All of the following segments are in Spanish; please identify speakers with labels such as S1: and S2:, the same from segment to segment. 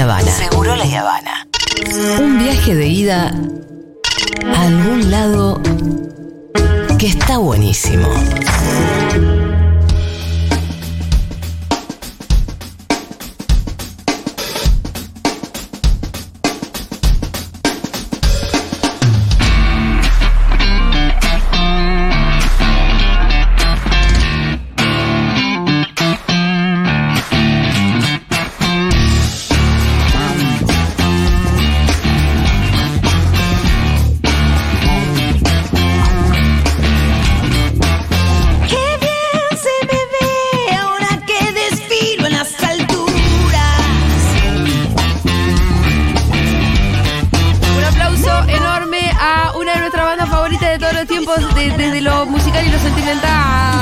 S1: Habana.
S2: Seguro la Habana.
S1: Un viaje de ida a algún lado que está buenísimo.
S3: Qué bien se me ve ahora que desfilo en las alturas.
S4: Un aplauso enorme a una de nuestras bandas favoritas de todos los tiempos, de- desde lo musical y lo sentimental.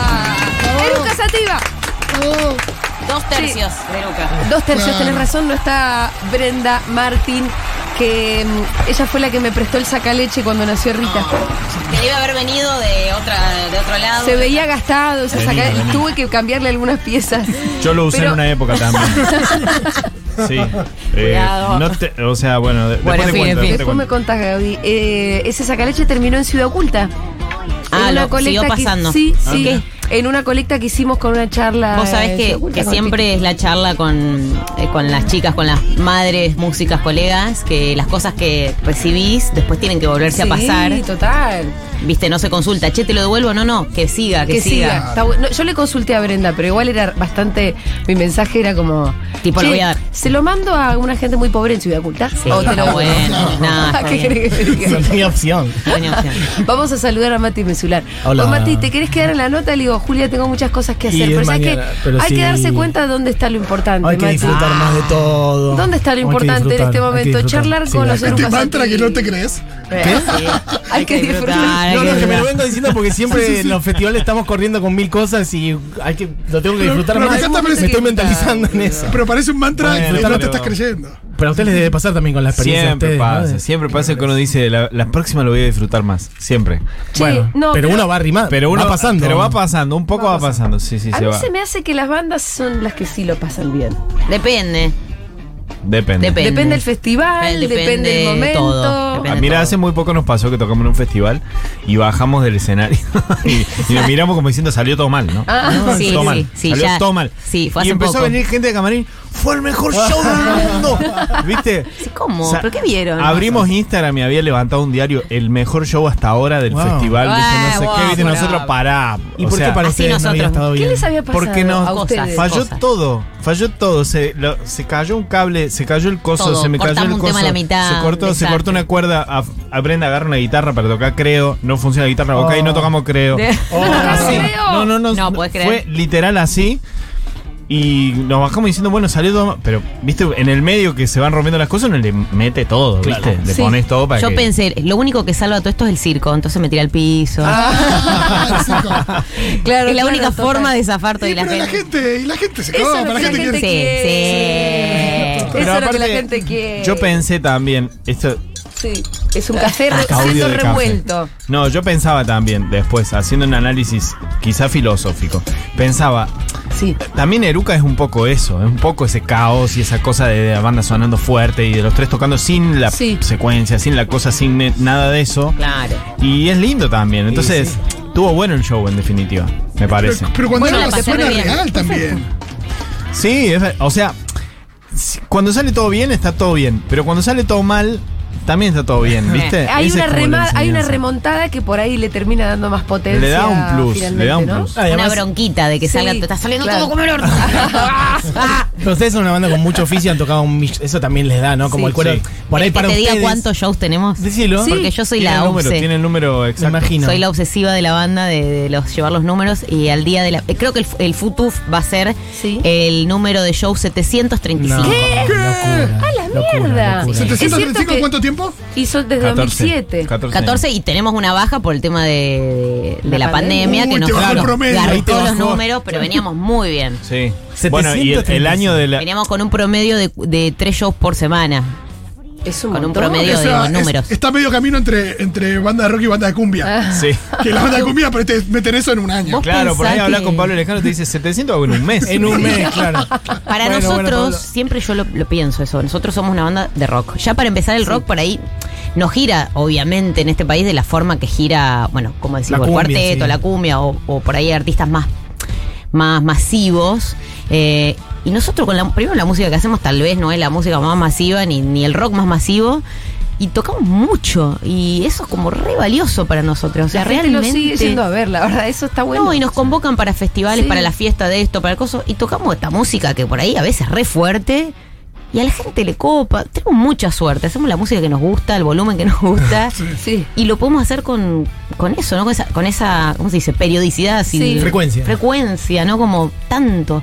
S4: Eruca Sativa.
S5: Dos tercios de Luca.
S4: Dos tercios, tenés razón, no está Brenda Martín, que mm, ella fue la que me prestó el sacaleche cuando nació Rita.
S5: Que debe haber venido de otra, de otro lado.
S4: Se veía gastado, ese
S6: Vení,
S4: sacaleche,
S6: vení.
S4: tuve que cambiarle algunas piezas.
S6: Yo lo usé
S4: Pero-
S6: en una época también. Sí. Eh,
S5: Cuidado.
S6: no te- o sea, bueno, de-
S5: Bueno, en
S6: después te
S5: fin, en
S6: cuento.
S5: fin.
S6: después te
S4: Después me
S6: cuento.
S4: contás, Gaby. eh, ese sacaleche terminó en Ciudad Oculta.
S5: Ah,
S4: En una
S5: lo
S4: colecta
S5: siguió
S4: que-
S5: pasando.
S4: sí,
S6: Ah.
S4: sí. En una colecta que hicimos con una charla.
S5: Vos sabés
S4: en
S5: que,
S4: Ciudad Oculta
S5: que
S4: con
S5: siempre es la charla con, eh, con las chicas, con las madres, músicas, colegas, que las cosas que recibís después tienen que volverse a
S4: Sí,
S5: pasar.
S4: total.
S5: Viste, no se consulta, che, te lo devuelvo, no, no, que siga, que,
S4: Que siga. Está bu- no, yo le consulté a Brenda, pero igual era bastante. Mi mensaje era como.
S5: Tipo,
S4: "Che,
S5: lo voy a dar".
S4: Se lo mando a una gente muy pobre en Ciudad Oculta.
S5: Sí,
S4: o te
S5: está
S4: lo
S5: bueno, no, está
S4: ¿Qué
S5: bien.
S4: querés que te diga?
S7: No tenía opción.
S5: No tenía opción.
S4: Vamos a saludar a Mati Mesular.
S7: Hola.
S4: Hola. Mati, ¿te querés quedar en la nota? Le digo, Julia, tengo muchas cosas que
S7: Y
S4: hacer.
S7: es
S4: Pero, ¿sabes
S7: mañana,
S4: que
S7: pero
S4: Hay
S7: sí.
S4: que darse cuenta de dónde está lo importante.
S7: Hay que
S4: Mati.
S7: disfrutar más de todo.
S4: ¿Dónde está lo
S7: Hay que
S4: importante en este
S7: disfrutar, hay que
S4: momento?
S7: disfrutar.
S4: Charlar con los
S7: hay que-
S4: Pero
S8: Este
S4: pasa
S8: mantra
S4: que-
S8: que no te crees.
S5: Sí,
S4: Hay que disfrutar,
S5: hay
S7: No,
S5: que
S7: no, que me lo
S5: disfrutar.
S7: vengo diciendo porque siempre en los festivales estamos corriendo con mil cosas y hay que, lo tengo que
S8: Pero-
S7: disfrutar
S8: pero
S7: más.
S8: acá también
S7: me
S8: es-
S7: estoy mentalizando en eso.
S8: Pero parece un mantra
S7: Bueno,
S8: que no
S7: pero-
S8: te estás creyendo.
S7: Pero a ustedes les debe pasar también con la experiencia.
S6: Siempre
S7: de ustedes, ¿no?
S6: pasa,
S7: De-
S6: siempre pasa que uno dice, la, la próxima lo voy a disfrutar más, siempre.
S4: Che,
S7: Bueno,
S4: no,
S7: pero, uno va rimando.
S6: Pero uno
S7: va pasando.
S6: Pero va pasando, un poco va pasando, sí, sí,
S4: A
S6: se
S4: mí
S6: va.
S4: se me hace que las bandas son las que sí lo pasan bien.
S5: Depende.
S6: Depende.
S5: Depende.
S4: Depende del festival,
S5: Depende
S4: depende, del
S5: de
S4: momento.
S5: todo,
S6: Ah,
S5: depende.
S6: mira,
S5: todo.
S6: hace muy poco nos pasó que tocamos en un festival y bajamos del escenario y, y nos miramos como diciendo salió todo mal, ¿no?
S4: Ah,
S6: No,
S5: sí,
S6: todo
S5: sí,
S6: mal,
S5: sí,
S6: salió
S5: ya.
S6: todo mal.
S5: Sí, fue
S6: y
S5: hace
S6: empezó
S5: poco.
S6: a venir gente de camarín, fue el mejor show del mundo. ¿Viste?
S5: Sí, ¿Cómo?
S6: O sea,
S5: ¿Pero qué vieron?
S6: Abrimos Instagram y había levantado un diario, el mejor show hasta ahora del
S7: Wow.
S6: festival,
S5: Ah,
S6: viste, no sé
S5: wow,
S6: qué, viste,
S5: bravo.
S6: nosotros pará.
S7: ¿Y
S6: o
S7: por
S6: sea,
S7: qué para
S5: así
S7: ustedes no había
S5: nosotros.
S7: estado bien?
S4: ¿Qué les había pasado?
S6: Porque no-
S4: a
S5: Cosas.
S4: ustedes?
S6: Falló
S5: cosas.
S6: todo, falló todo, se, lo- se cayó un cable, se cayó el coso,
S5: Todo,
S6: se me cayó el
S5: cortamos un
S6: coso.
S5: tema a la mitad,
S6: se cortó, se
S5: desastre.
S6: cortó una cuerda, a, a Brenda agarra una guitarra para tocar creo, no funciona la guitarra, ok,
S7: Oh.
S6: no tocamos creo.
S7: Oh,
S6: Así.
S4: creo.
S6: No, no, no.
S5: No, podés creer.
S6: Fue literal así. Y nos bajamos diciendo, bueno, salió todo. Pero, viste, en el medio que se van rompiendo las cosas, uno le mete todo,
S7: Claro.
S6: ¿viste? Le
S4: Sí.
S6: pones todo para
S5: Yo
S6: que.
S5: pensé, lo único que salva todo esto es el circo, entonces me tiré al piso.
S8: Ah, chico.
S4: Claro,
S5: es la
S4: claro,
S5: única
S4: total.
S5: forma de zafar todo
S8: Y
S5: y la
S8: pero la
S5: gente.
S8: gente, y la gente se
S4: Eso
S8: copa,
S4: es lo
S8: la
S4: que la
S8: gente
S4: gente
S8: quiere.
S4: quiere.
S5: Sí, sí.
S4: Eso es
S6: Pero
S4: lo que la
S6: aparte,
S4: gente quiere.
S6: Yo pensé también, esto
S4: Sí. Es un café re-
S6: Ah, Audio
S4: siendo
S6: de café.
S4: revuelto.
S6: No, yo pensaba también, después, haciendo un análisis quizá filosófico, pensaba,
S4: Sí.
S6: también Eruca es un poco eso, es un poco ese caos y esa cosa de la banda sonando fuerte y de los tres tocando sin la
S4: Sí.
S6: secuencia, sin la cosa, sin ne- nada de eso.
S5: Claro.
S6: Y es lindo también, entonces, tuvo bueno el show en definitiva, me parece.
S8: Pero, pero cuando
S5: Bueno,
S8: algo
S5: la
S8: se
S5: pasé
S8: pone
S5: re bien.
S8: real también.
S6: Sí, es ver- o sea, si- cuando sale todo bien, está todo bien, pero cuando sale todo mal, también está todo bien, ¿viste?
S4: Hay
S6: Esa
S4: una,
S6: es como la
S4: rema- hay una
S6: enseñanza.
S4: remontada que por ahí le termina dando más potencia.
S6: Le da un plus, le da un
S4: finalmente, ¿no?
S6: plus.
S7: Además-
S5: una bronquita de que
S4: Sí,
S5: salga, te está saliendo
S4: claro.
S5: todo como el orto.
S7: Pero ustedes son una banda con mucho oficio, han tocado un mill- Eso también les da, ¿no? Como
S4: Sí.
S7: el cuero.
S6: Sí.
S7: Por ahí
S5: ¿Querés
S7: para
S5: que te
S7: ustedes.
S5: diga cuántos shows tenemos?
S7: Decilo.
S5: Porque yo soy
S6: Tiene
S5: la
S6: el número,
S5: obse.
S6: tiene el número
S7: Me
S6: exacto.
S7: imagino.
S5: Soy la obsesiva de la banda de, de los llevar los números y al día de la eh, creo que el, f- el Futuf va a ser
S4: Sí.
S5: el número de shows 735.
S7: No, locura,
S4: ¡A la
S7: locura,
S4: mierda!
S7: locura.
S4: Sí, Es cierto
S8: 735,
S4: que-
S8: ¿cuánto tiempo?
S4: Hizo desde 2007.
S5: 14 y tenemos una baja por el tema de, de- de la,
S4: La
S5: pandemia,
S4: pandemia.
S5: que
S8: Uy,
S5: nos
S8: te bajó el promedio.
S5: garpó
S7: Ahí te
S5: los
S7: bajó.
S5: números, pero veníamos muy bien.
S6: Sí. Bueno, y el, el año de la.
S5: Veníamos con un promedio de, de tres shows por semana.
S4: Es un
S5: Con un
S4: montón.
S5: promedio
S8: O
S5: de-
S8: sea,
S5: digo, números.
S8: está medio camino entre, entre banda de rock y banda de cumbia.
S4: Ah.
S6: Sí.
S8: Que la banda de cumbia pero te meten eso en un año.
S5: ¿Vos
S6: Claro, por ahí
S5: pensá
S6: hablas
S5: que-
S6: con Pablo Alejandro y te dice 700 o en un mes.
S7: En un mes, claro.
S5: Para
S7: Bueno, bueno,
S5: nosotros,
S7: Pablo.
S5: siempre yo lo, lo pienso eso, nosotros somos una banda de rock. Ya para empezar el rock por ahí no gira, obviamente, en este país de la forma que gira, bueno, como decimos,
S7: La
S5: el
S7: cumbia,
S5: cuarteto,
S7: sí.
S5: la cumbia o, o por ahí artistas más, más masivos. Eh, y nosotros con la, primero la música que hacemos tal vez no es la música más masiva ni, ni el rock más masivo. Y tocamos mucho y eso es como re valioso para nosotros. O sea,
S4: La gente
S5: realmente...
S4: lo sigue yendo a ver, la verdad, eso está bueno.
S5: No, y nos convocan para festivales,
S4: Sí.
S5: para la fiesta de esto, para cosas, y tocamos esta música que por ahí a veces es re fuerte. Y a la gente le copa, tenemos mucha suerte, hacemos la música que nos gusta, el volumen que nos gusta,
S4: Sí.
S5: y lo podemos hacer con, con eso, ¿no? Con esa, con esa, ¿cómo se dice? Periodicidad, así,
S4: Sí.
S7: Frecuencia.
S5: frecuencia, ¿no? Como tanto.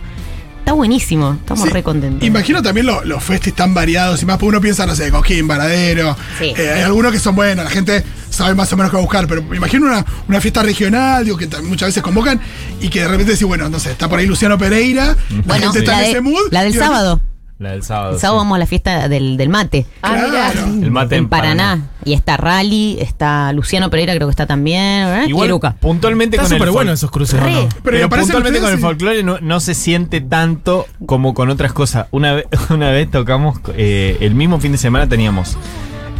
S5: Está buenísimo, estamos
S8: Sí,
S5: re contentos.
S8: Imagino también lo- los festis tan variados y más, porque uno piensa, no sé, Coquín, Varadero.
S5: Sí.
S8: eh, hay algunos que son buenos, la gente sabe más o menos qué buscar, pero me imagino una, una fiesta regional, digo, que tam- muchas veces convocan y que de repente decís, bueno, no sé, está por ahí Luciano Pereira, la
S5: Bueno,
S8: gente está
S5: la,
S8: en
S5: de-
S8: ese mood.
S5: la del
S8: y de-
S5: sábado.
S6: La del sábado.
S5: El sábado
S6: sí.
S5: vamos a la fiesta del, del mate.
S4: Ah, mirá.
S8: Claro.
S6: El mate
S5: en Paraná. Y está Rally, está Luciano Pereira, creo que está también. ¿verdad? Y
S6: Igual,
S5: Eruca.
S6: puntualmente
S7: Está
S6: con el
S7: súper
S6: fol-
S7: bueno esos cruces, ¿o
S5: Re.
S7: ¿no?
S8: Pero,
S6: Pero,
S8: aparecen
S6: puntualmente
S8: ustedes
S6: con el
S8: y-
S6: folclore no, no se siente tanto como con otras cosas. Una vez, una vez tocamos, eh, el mismo fin de semana teníamos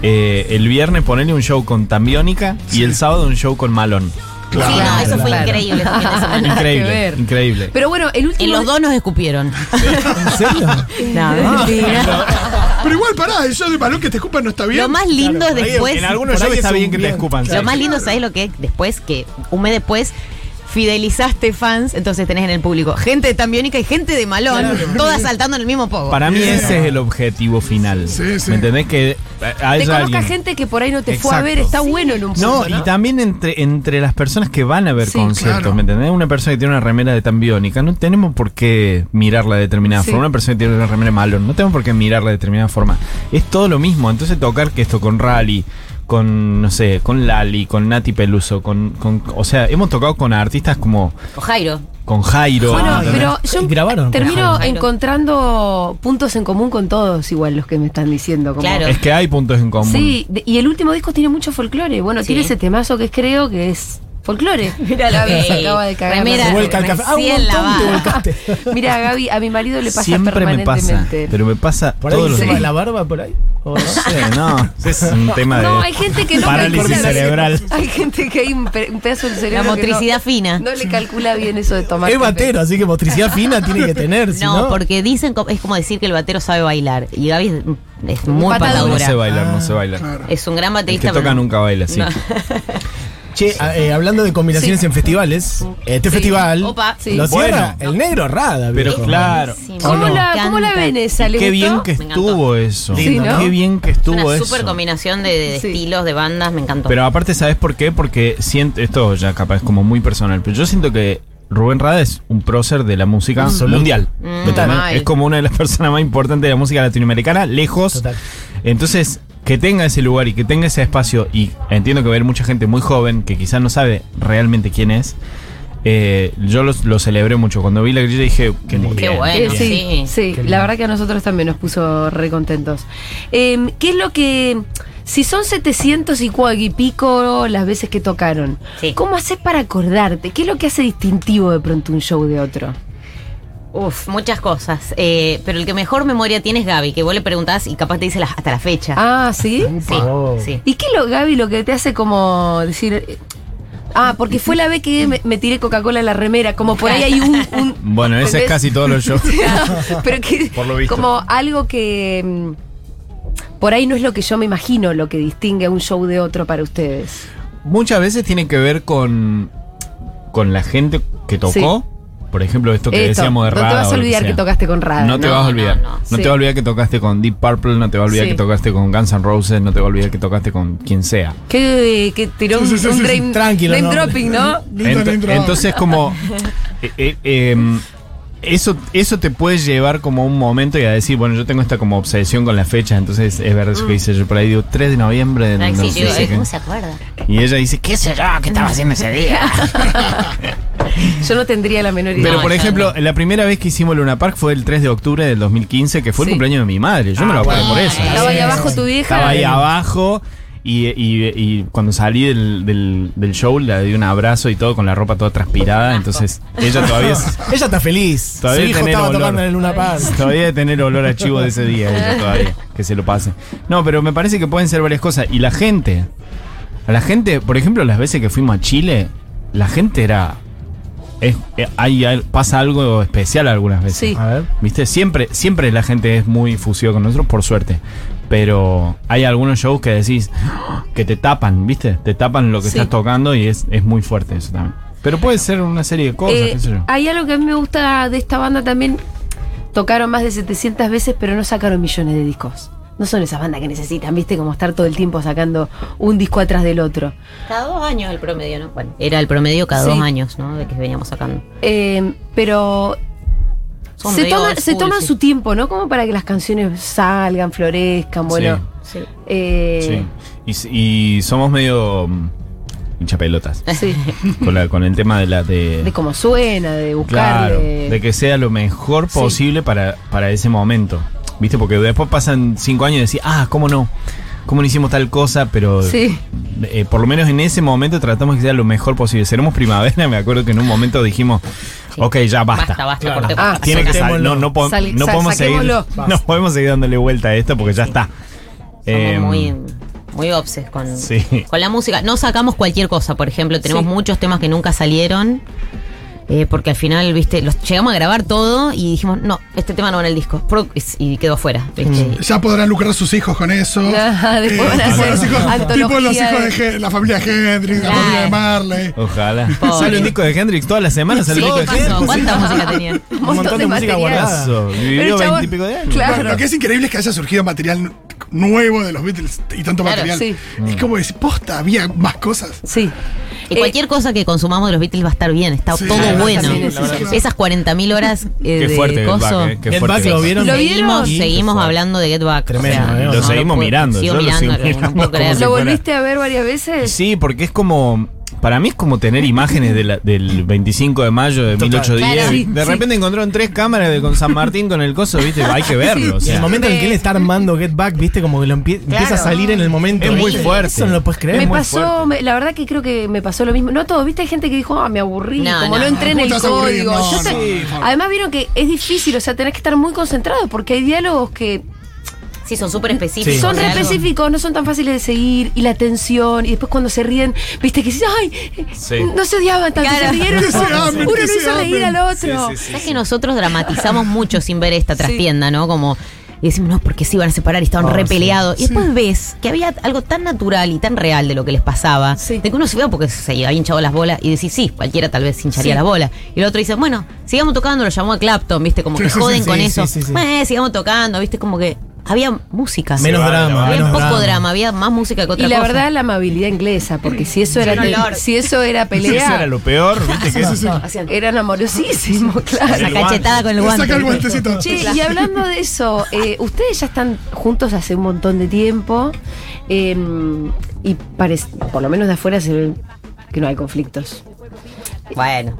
S6: eh, el viernes ponerle un show con Tambiónica y el sábado un show con Malón.
S5: Sí, no, eso fue
S4: claro.
S5: increíble. este fin de semana.
S4: Nada que
S6: Increíble,
S4: ver.
S6: increíble.
S4: Pero bueno, el último.
S5: En los dos nos escupieron.
S7: ¿En serio?
S5: No, mentira.
S8: Pero igual, pará, eso de balón que te escupan no está bien.
S5: Lo más lindo es después.
S6: en algunos
S7: por ahí
S6: shows
S7: es
S6: está
S7: un
S6: bien que te
S7: bien.
S6: escupan.
S5: Lo más lindo, ¿sabes lo que es? Después que un mes después fidelizaste fans, entonces tenés en el público gente de Tambiónica y gente de Malón, todas saltando en el mismo pogo.
S6: Para mí ese es el objetivo final.
S8: Sí, sí.
S6: ¿Me entendés? Que eh,
S4: Te
S6: haya
S4: conozca
S6: alguien.
S4: gente que por ahí no te fue a
S6: Exacto.
S4: ver, está bueno en un
S6: No,
S4: punto,
S6: y también entre, entre las personas que van a ver
S4: Sí,
S6: conciertos,
S8: claro.
S6: ¿me entendés? Una persona que tiene una remera de Tambiónica, no tenemos por qué mirarla de determinada
S4: Sí.
S6: forma. Una persona que tiene una remera de Malon, no tenemos por qué mirarla de determinada forma. Es todo lo mismo. Entonces tocar que esto con Rally, con, no sé, con Lali, con Nati Peluso, con, con- o sea, hemos tocado con artistas como
S5: O Jairo.
S6: con Jairo.
S4: Bueno,
S6: ¿entendés?
S4: pero yo
S7: Y grabaron,
S4: termino
S5: por ejemplo.
S4: encontrando puntos en común con todos, igual los que me están diciendo. Como,
S5: Claro.
S6: Es que hay puntos en común.
S4: Sí, de- y el último disco tiene mucho folclore. Bueno,
S5: Sí.
S4: tiene ese temazo que es, creo que es folclore. Mira, la
S5: que-
S4: se acaba de cagar.
S5: Remera,
S7: Se vuelca el café. Ah, un
S5: recién
S7: montón te
S5: lavada.
S7: volcaste.
S4: Mira, Gaby, a mi marido le pasa
S6: Siempre me pasa,
S4: permanentemente.
S6: pero me pasa
S7: ¿Por ahí
S6: todos los
S7: encima de
S6: días.
S7: la barba, por ahí? ¿O no?
S6: No sé, no, es un tema de
S4: No, hay gente que no
S6: parálisis
S4: calcula-
S6: cerebral.
S4: Hay gente que hay un, pe- un pedazo del
S5: La
S4: cerebro. que
S5: motricidad
S4: no-
S5: fina.
S4: No le calcula bien eso de tomar.
S7: Es
S4: café.
S7: batero, así que motricidad fina tiene que tener. si
S5: No,
S7: no,
S5: porque dicen, co- es como decir que el batero sabe bailar. Y Gaby es, es muy
S4: Patadura.
S6: No se
S5: patadura.
S6: bailar, no se bailar.
S4: Ah,
S8: Claro.
S5: Es un gran
S6: El
S5: baterista.
S6: que toca
S5: pero-
S6: nunca baila, sí.
S7: Che, a- eh, hablando de combinaciones en festivales, este
S4: Sí.
S7: festival
S5: Opa, sí.
S7: lo
S6: Bueno.
S7: cierra el negro Rada,
S6: Pero
S7: viejo.
S6: claro.
S5: Buenísimo.
S4: ¿Cómo,
S7: ¿O no?
S4: la,
S5: Me
S4: ¿Cómo la
S5: encanta.
S4: ven esa? ¿Le
S6: Qué
S4: gustó?
S6: bien que
S5: Me encantó.
S6: estuvo eso.
S4: Sí, ¿no?
S6: Qué bien que estuvo
S5: Una
S6: eso.
S5: super combinación de, de
S4: Sí.
S5: estilos, de bandas, me encantó.
S6: Pero aparte, ¿sabes por qué? Porque siento, esto ya capaz es como muy personal, pero yo siento que Rubén Rada es un prócer de la música mundial.
S5: Mm,
S6: ¿Me entendés?
S5: Mal.
S6: Es como una de las personas más importantes de la música latinoamericana, lejos.
S7: Total.
S6: Entonces, que tenga ese lugar y que tenga ese espacio, y entiendo que va a haber mucha gente muy joven que quizás no sabe realmente quién es. eh, yo lo, lo celebré mucho. Cuando vi la grilla dije, qué,
S5: Qué bueno.
S4: Eh, sí,
S5: Sí.
S4: sí,
S7: Qué lindo.
S4: la verdad que a nosotros también nos puso re contentos. Eh, ¿Qué es lo que... Si son 700 y cua- y pico las veces que tocaron,
S5: Sí.
S4: ¿cómo haces para acordarte? ¿Qué es lo que hace distintivo de pronto un show de otro?
S5: Uf, muchas cosas. Eh, pero el que mejor memoria tiene es Gaby, que vos le preguntás y capaz te dice las- hasta la fecha.
S4: Ah, ¿sí?
S5: sí,
S7: Oh.
S5: sí.
S4: ¿Y qué es lo, Gaby, lo que te hace como decir... eh, Ah, porque fue la vez que me, me tiré Coca-Cola en la remera, como por ahí hay un... un-
S6: Bueno, ese es
S4: ¿entendés?
S6: casi todos los shows.
S4: Pero que
S6: Por lo visto.
S4: como algo que mm, por ahí no es lo que yo me imagino lo que distingue a un show de otro para ustedes.
S6: Muchas veces tiene que ver con, con la gente que tocó. Por ejemplo, esto que
S4: Esto,
S6: decíamos de Rada.
S4: no te vas
S6: o
S4: a
S6: lo
S4: olvidar que,
S6: sea.
S4: tocaste con Rada.
S6: No te
S5: No,
S6: vas a
S5: no,
S6: olvidar. No,
S5: no.
S4: Sí.
S6: te vas a olvidar que tocaste con Deep Purple, no te vas a olvidar
S4: Sí.
S6: que tocaste con Guns N' Roses, no te vas a olvidar que tocaste con quien sea.
S4: Que, que tiró
S8: Sí,
S4: un,
S8: sí, sí,
S4: un
S8: sí, sí.
S4: name-
S7: Tranquilo,
S4: name
S7: no.
S4: dropping, ¿no?
S8: Lindo,
S6: Ento-
S8: lindo.
S6: entonces, como. eh, eh, em, eso, eso te puede llevar como a un momento y a decir, bueno, yo tengo esta como obsesión con las fechas, entonces es verdad eso
S4: Mm.
S6: que dice yo por ahí, digo 3 de noviembre de
S5: Ay,
S6: no
S5: sí,
S6: sé
S5: yo digo, eh,
S6: qué.
S5: ¿Cómo se acuerda?
S6: Y ella dice, ¿qué sé yo? ¿Qué estaba haciendo ese día?
S4: Yo no tendría la menor idea.
S6: Pero,
S5: No,
S6: por
S5: ya
S6: ejemplo, la primera vez que hicimos Luna Park fue el 3 de octubre del 2015, que fue
S4: Sí. Ah,
S6: el cumpleaños de mi madre. Yo me lo acuerdo por eso.
S4: Estaba ahí
S7: Sí.
S4: abajo tu vieja.
S6: Estaba ahí abajo y, y- y cuando salí del, del- del show le di un abrazo y todo con la ropa toda transpirada. Entonces ella todavía, es-
S7: Ella está feliz.
S6: Todavía
S7: Su hijo
S6: tener
S7: estaba
S6: olor.
S7: tocando en el Luna Paz.
S6: todavía debe tener olor a chivo de ese día. ella todavía, que se lo pase. No, pero me parece que pueden ser varias cosas. Y la gente, a la gente, por ejemplo, las veces que fuimos a Chile, la gente era... Es, eh, hay, hay- pasa algo especial algunas veces.
S4: Sí.
S7: A ver.
S6: ¿Viste? Siempre, siempre la gente es muy fusiva con nosotros, por suerte. Pero hay algunos shows que decís ¡Ah! que te tapan, ¿viste? Te tapan lo que
S4: Sí.
S6: estás tocando y es, es muy fuerte eso también. Pero puede ser una serie de cosas,
S4: Eh,
S6: qué sé yo.
S4: hay algo que a mí me gusta de esta banda también. Tocaron más de 700 veces, pero no sacaron millones de discos. No son esas bandas que necesitan, ¿viste? Como estar todo el tiempo sacando un disco atrás del otro.
S5: Cada dos años el promedio, ¿no? Bueno, era el promedio cada
S4: Sí.
S5: dos años, ¿no? De que veníamos sacando.
S4: Eh, pero
S5: Son
S4: se,
S5: medio
S4: toman-
S5: old
S4: se
S5: school,
S4: toman
S5: sí.
S4: su tiempo, ¿no? Como para que las canciones salgan, florezcan, bueno.
S5: Sí.
S4: eh,
S6: Sí. Y s- Y, somos medio mm, hinchapelotas
S4: sí.
S6: con, la- con el tema de la de.
S4: De cómo suena, de buscar.
S6: claro, de que sea lo mejor posible para, para ese momento. ¿Viste? Porque después pasan cinco años y decís, ah, ¿cómo no? ¿Cómo no hicimos tal cosa? Pero
S4: Sí.
S6: eh, por lo menos en ese momento tratamos que sea lo mejor posible. Seremos primavera, me acuerdo que en un momento dijimos, ok, ya basta.
S5: Basta, basta,
S7: Claro.
S5: corte-
S4: Ah,
S6: Tiene que sal- no,
S7: Saquémoslo.
S6: no, po-
S4: Sal-
S6: no
S4: sa-
S6: podemos seguir,
S4: saquémoslo.
S6: no podemos seguir dándole vuelta a esto porque ya está.
S5: Somos
S6: Em,
S5: muy, muy obses con,
S6: Sí.
S5: con la música. No sacamos cualquier cosa, por ejemplo. Tenemos
S4: Sí.
S5: muchos temas que nunca salieron. eh, porque al final, viste, los llegamos a grabar todo y dijimos, no, este tema no va en el disco. Pro- Y quedó fuera. ¿viste?
S8: Ya podrán lucrar sus hijos con eso.
S4: Ajá, después van a
S8: Como
S4: hacer
S8: los hijos, tipo los
S4: antología
S8: hijos
S4: de-
S8: de Hen- la familia Hendrix, la
S5: Claro.
S8: familia de Marley.
S6: Ojalá.
S5: Pobre.
S6: Sale el disco de Hendrix todas las semanas, sale
S5: Sí,
S6: el disco de
S5: pasó.
S6: Hendrix.
S5: ¿Cuánta música tenían?
S4: Un
S7: montón de música
S4: material.
S7: guardada.
S6: Eso,
S4: Pero el
S6: Vivió
S4: chabón-
S6: veintipico de años.
S4: Claro.
S8: Lo que es increíble es que haya surgido material nuevo de los Beatles y tanto
S5: Claro,
S8: material.
S4: sí.
S8: Es como decir, posta, había más cosas.
S4: Sí.
S5: Y
S4: Eh,
S5: cualquier cosa que consumamos de los Beatles va a estar bien, está
S8: Sí,
S5: todo
S8: la verdad
S5: bueno.
S4: que sí, la verdad que
S8: sí.
S5: Esas 40.000 horas eh,
S6: Qué fuerte,
S5: de
S6: Get
S5: coso.
S6: Back, eh, qué
S7: Get
S6: fuerte.
S7: Back lo vieron.
S4: Lo vi-
S5: Seguimos,
S4: Sí,
S5: seguimos hablando de Get Back.
S7: Tremendo, ¿eh?
S5: no
S7: Lo
S6: seguimos
S5: puedo-
S6: mirando,
S5: Sigo
S6: yo lo sigo
S5: mirando, no
S6: mirando
S5: puedo
S6: como
S5: creer.
S6: si
S4: ¿Lo
S6: fuera-
S4: volviste a ver varias veces?
S6: Sí, porque es como. Para mí es como tener imágenes de la- del 25 de mayo de
S7: Total.
S6: 1810.
S5: Claro,
S4: sí,
S6: de
S4: sí.
S6: repente encontraron tres cámaras de, con San Martín con el coso, ¿viste? Hay que verlo. o
S7: Y
S6: sea.
S7: el momento en el que él está armando Get Back, viste, como que lo empie- empieza a salir en el momento.
S6: Es muy
S7: Eso
S6: fuerte.
S7: no lo puedes creer.
S4: Me
S6: muy
S4: pasó,
S6: fuerte.
S4: me- la verdad que creo que me pasó lo mismo. No todo, viste, hay gente que dijo, ah, me aburrí,
S5: No,
S4: como
S5: no,
S4: no, entré en
S8: ¿Cómo
S4: el
S8: te vas a aburrir?
S4: código.
S8: No,
S4: Yo sé-
S8: no, no.
S4: Además vieron que es difícil, o sea, tenés que estar muy concentrado porque hay diálogos que
S5: Sí, son súper específicos.
S7: Sí.
S4: son
S5: de
S4: re
S5: algo.
S4: específicos, no son tan fáciles de seguir, y la tensión, y después cuando se ríen, viste que dices, ay,
S6: Sí.
S4: no se odiaban tanto,
S5: Claro.
S4: se rieron
S8: Que
S4: un
S8: se
S4: poco.
S8: amen,
S4: uno
S8: que
S4: no
S8: se
S4: hizo reír al
S8: amen.
S4: otro.
S5: ¿Sabes que nosotros dramatizamos mucho sin ver esta trastienda, no? Como. Y decimos, no, porque se iban a separar y estaban
S7: Ah,
S5: repeleados. Y después ves que había algo tan natural y tan real de lo que les pasaba.
S4: Sí.
S5: De que uno se iba porque se había hinchado las bolas y decís, sí, cualquiera tal vez se hincharía
S4: Sí.
S5: las bolas. Y el otro dice, bueno, sigamos tocando, lo llamó a Clapton, ¿viste? Como que
S7: Sí, sí,
S5: joden
S7: sí,
S5: con
S7: sí,
S5: eso.
S7: sí, sí.
S5: "Eh, sigamos tocando, ¿viste? Como que había música.
S7: Menos
S6: Se va,
S7: drama.
S5: había
S7: menos
S5: poco drama, había más música que otra
S4: Y la
S5: cosa.
S4: verdad, la amabilidad inglesa, porque si eso era,
S5: Era
S4: te-
S5: olor.
S4: si eso era pelea,
S6: Sí, Eso era lo peor, ¿viste? Que eso-
S4: hacían- eran amorosísimos, claro.
S5: Esa
S6: El guante.
S5: cachetada con el
S8: Le
S5: guante.
S8: saca el guantecito.
S4: Che, y hablando de eso, eh, ustedes ya están juntos hace un montón de tiempo eh, y parece, por lo menos de afuera se ve que no hay conflictos.
S5: Bueno.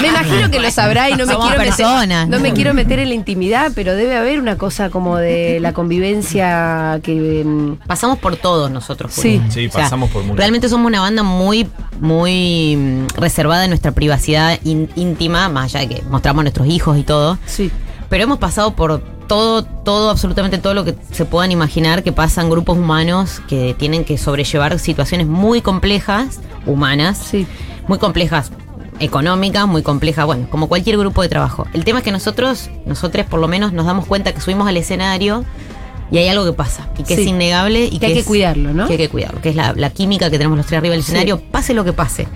S4: Me imagino que lo sabrá y no me,
S5: Somos
S4: quiero meter,
S5: personas.
S4: no me quiero meter en la intimidad, pero debe haber una cosa como de la convivencia que... em,
S5: Pasamos por todos nosotros.
S4: Sí.
S5: Juli.
S6: Sí, pasamos por mucho.
S5: Realmente somos una banda muy, muy mm, reservada en nuestra privacidad ín- íntima, más allá de que mostramos a nuestros hijos y todo.
S4: sí.
S5: Pero hemos pasado por todo, todo, absolutamente todo lo que se puedan imaginar que pasan grupos humanos que tienen que sobrellevar situaciones muy complejas, humanas,
S4: Sí.
S5: muy complejas económicas, muy complejas, bueno, como cualquier grupo de trabajo. El tema es que nosotros, nosotros por lo menos nos damos cuenta que subimos al escenario y hay algo que pasa y que
S4: Sí.
S5: es innegable y
S4: Que
S5: que,
S4: hay que
S5: es-
S4: cuidarlo, ¿no?
S5: Que hay que cuidarlo, que es la, la química que tenemos los tres arriba del escenario, pase lo que pase.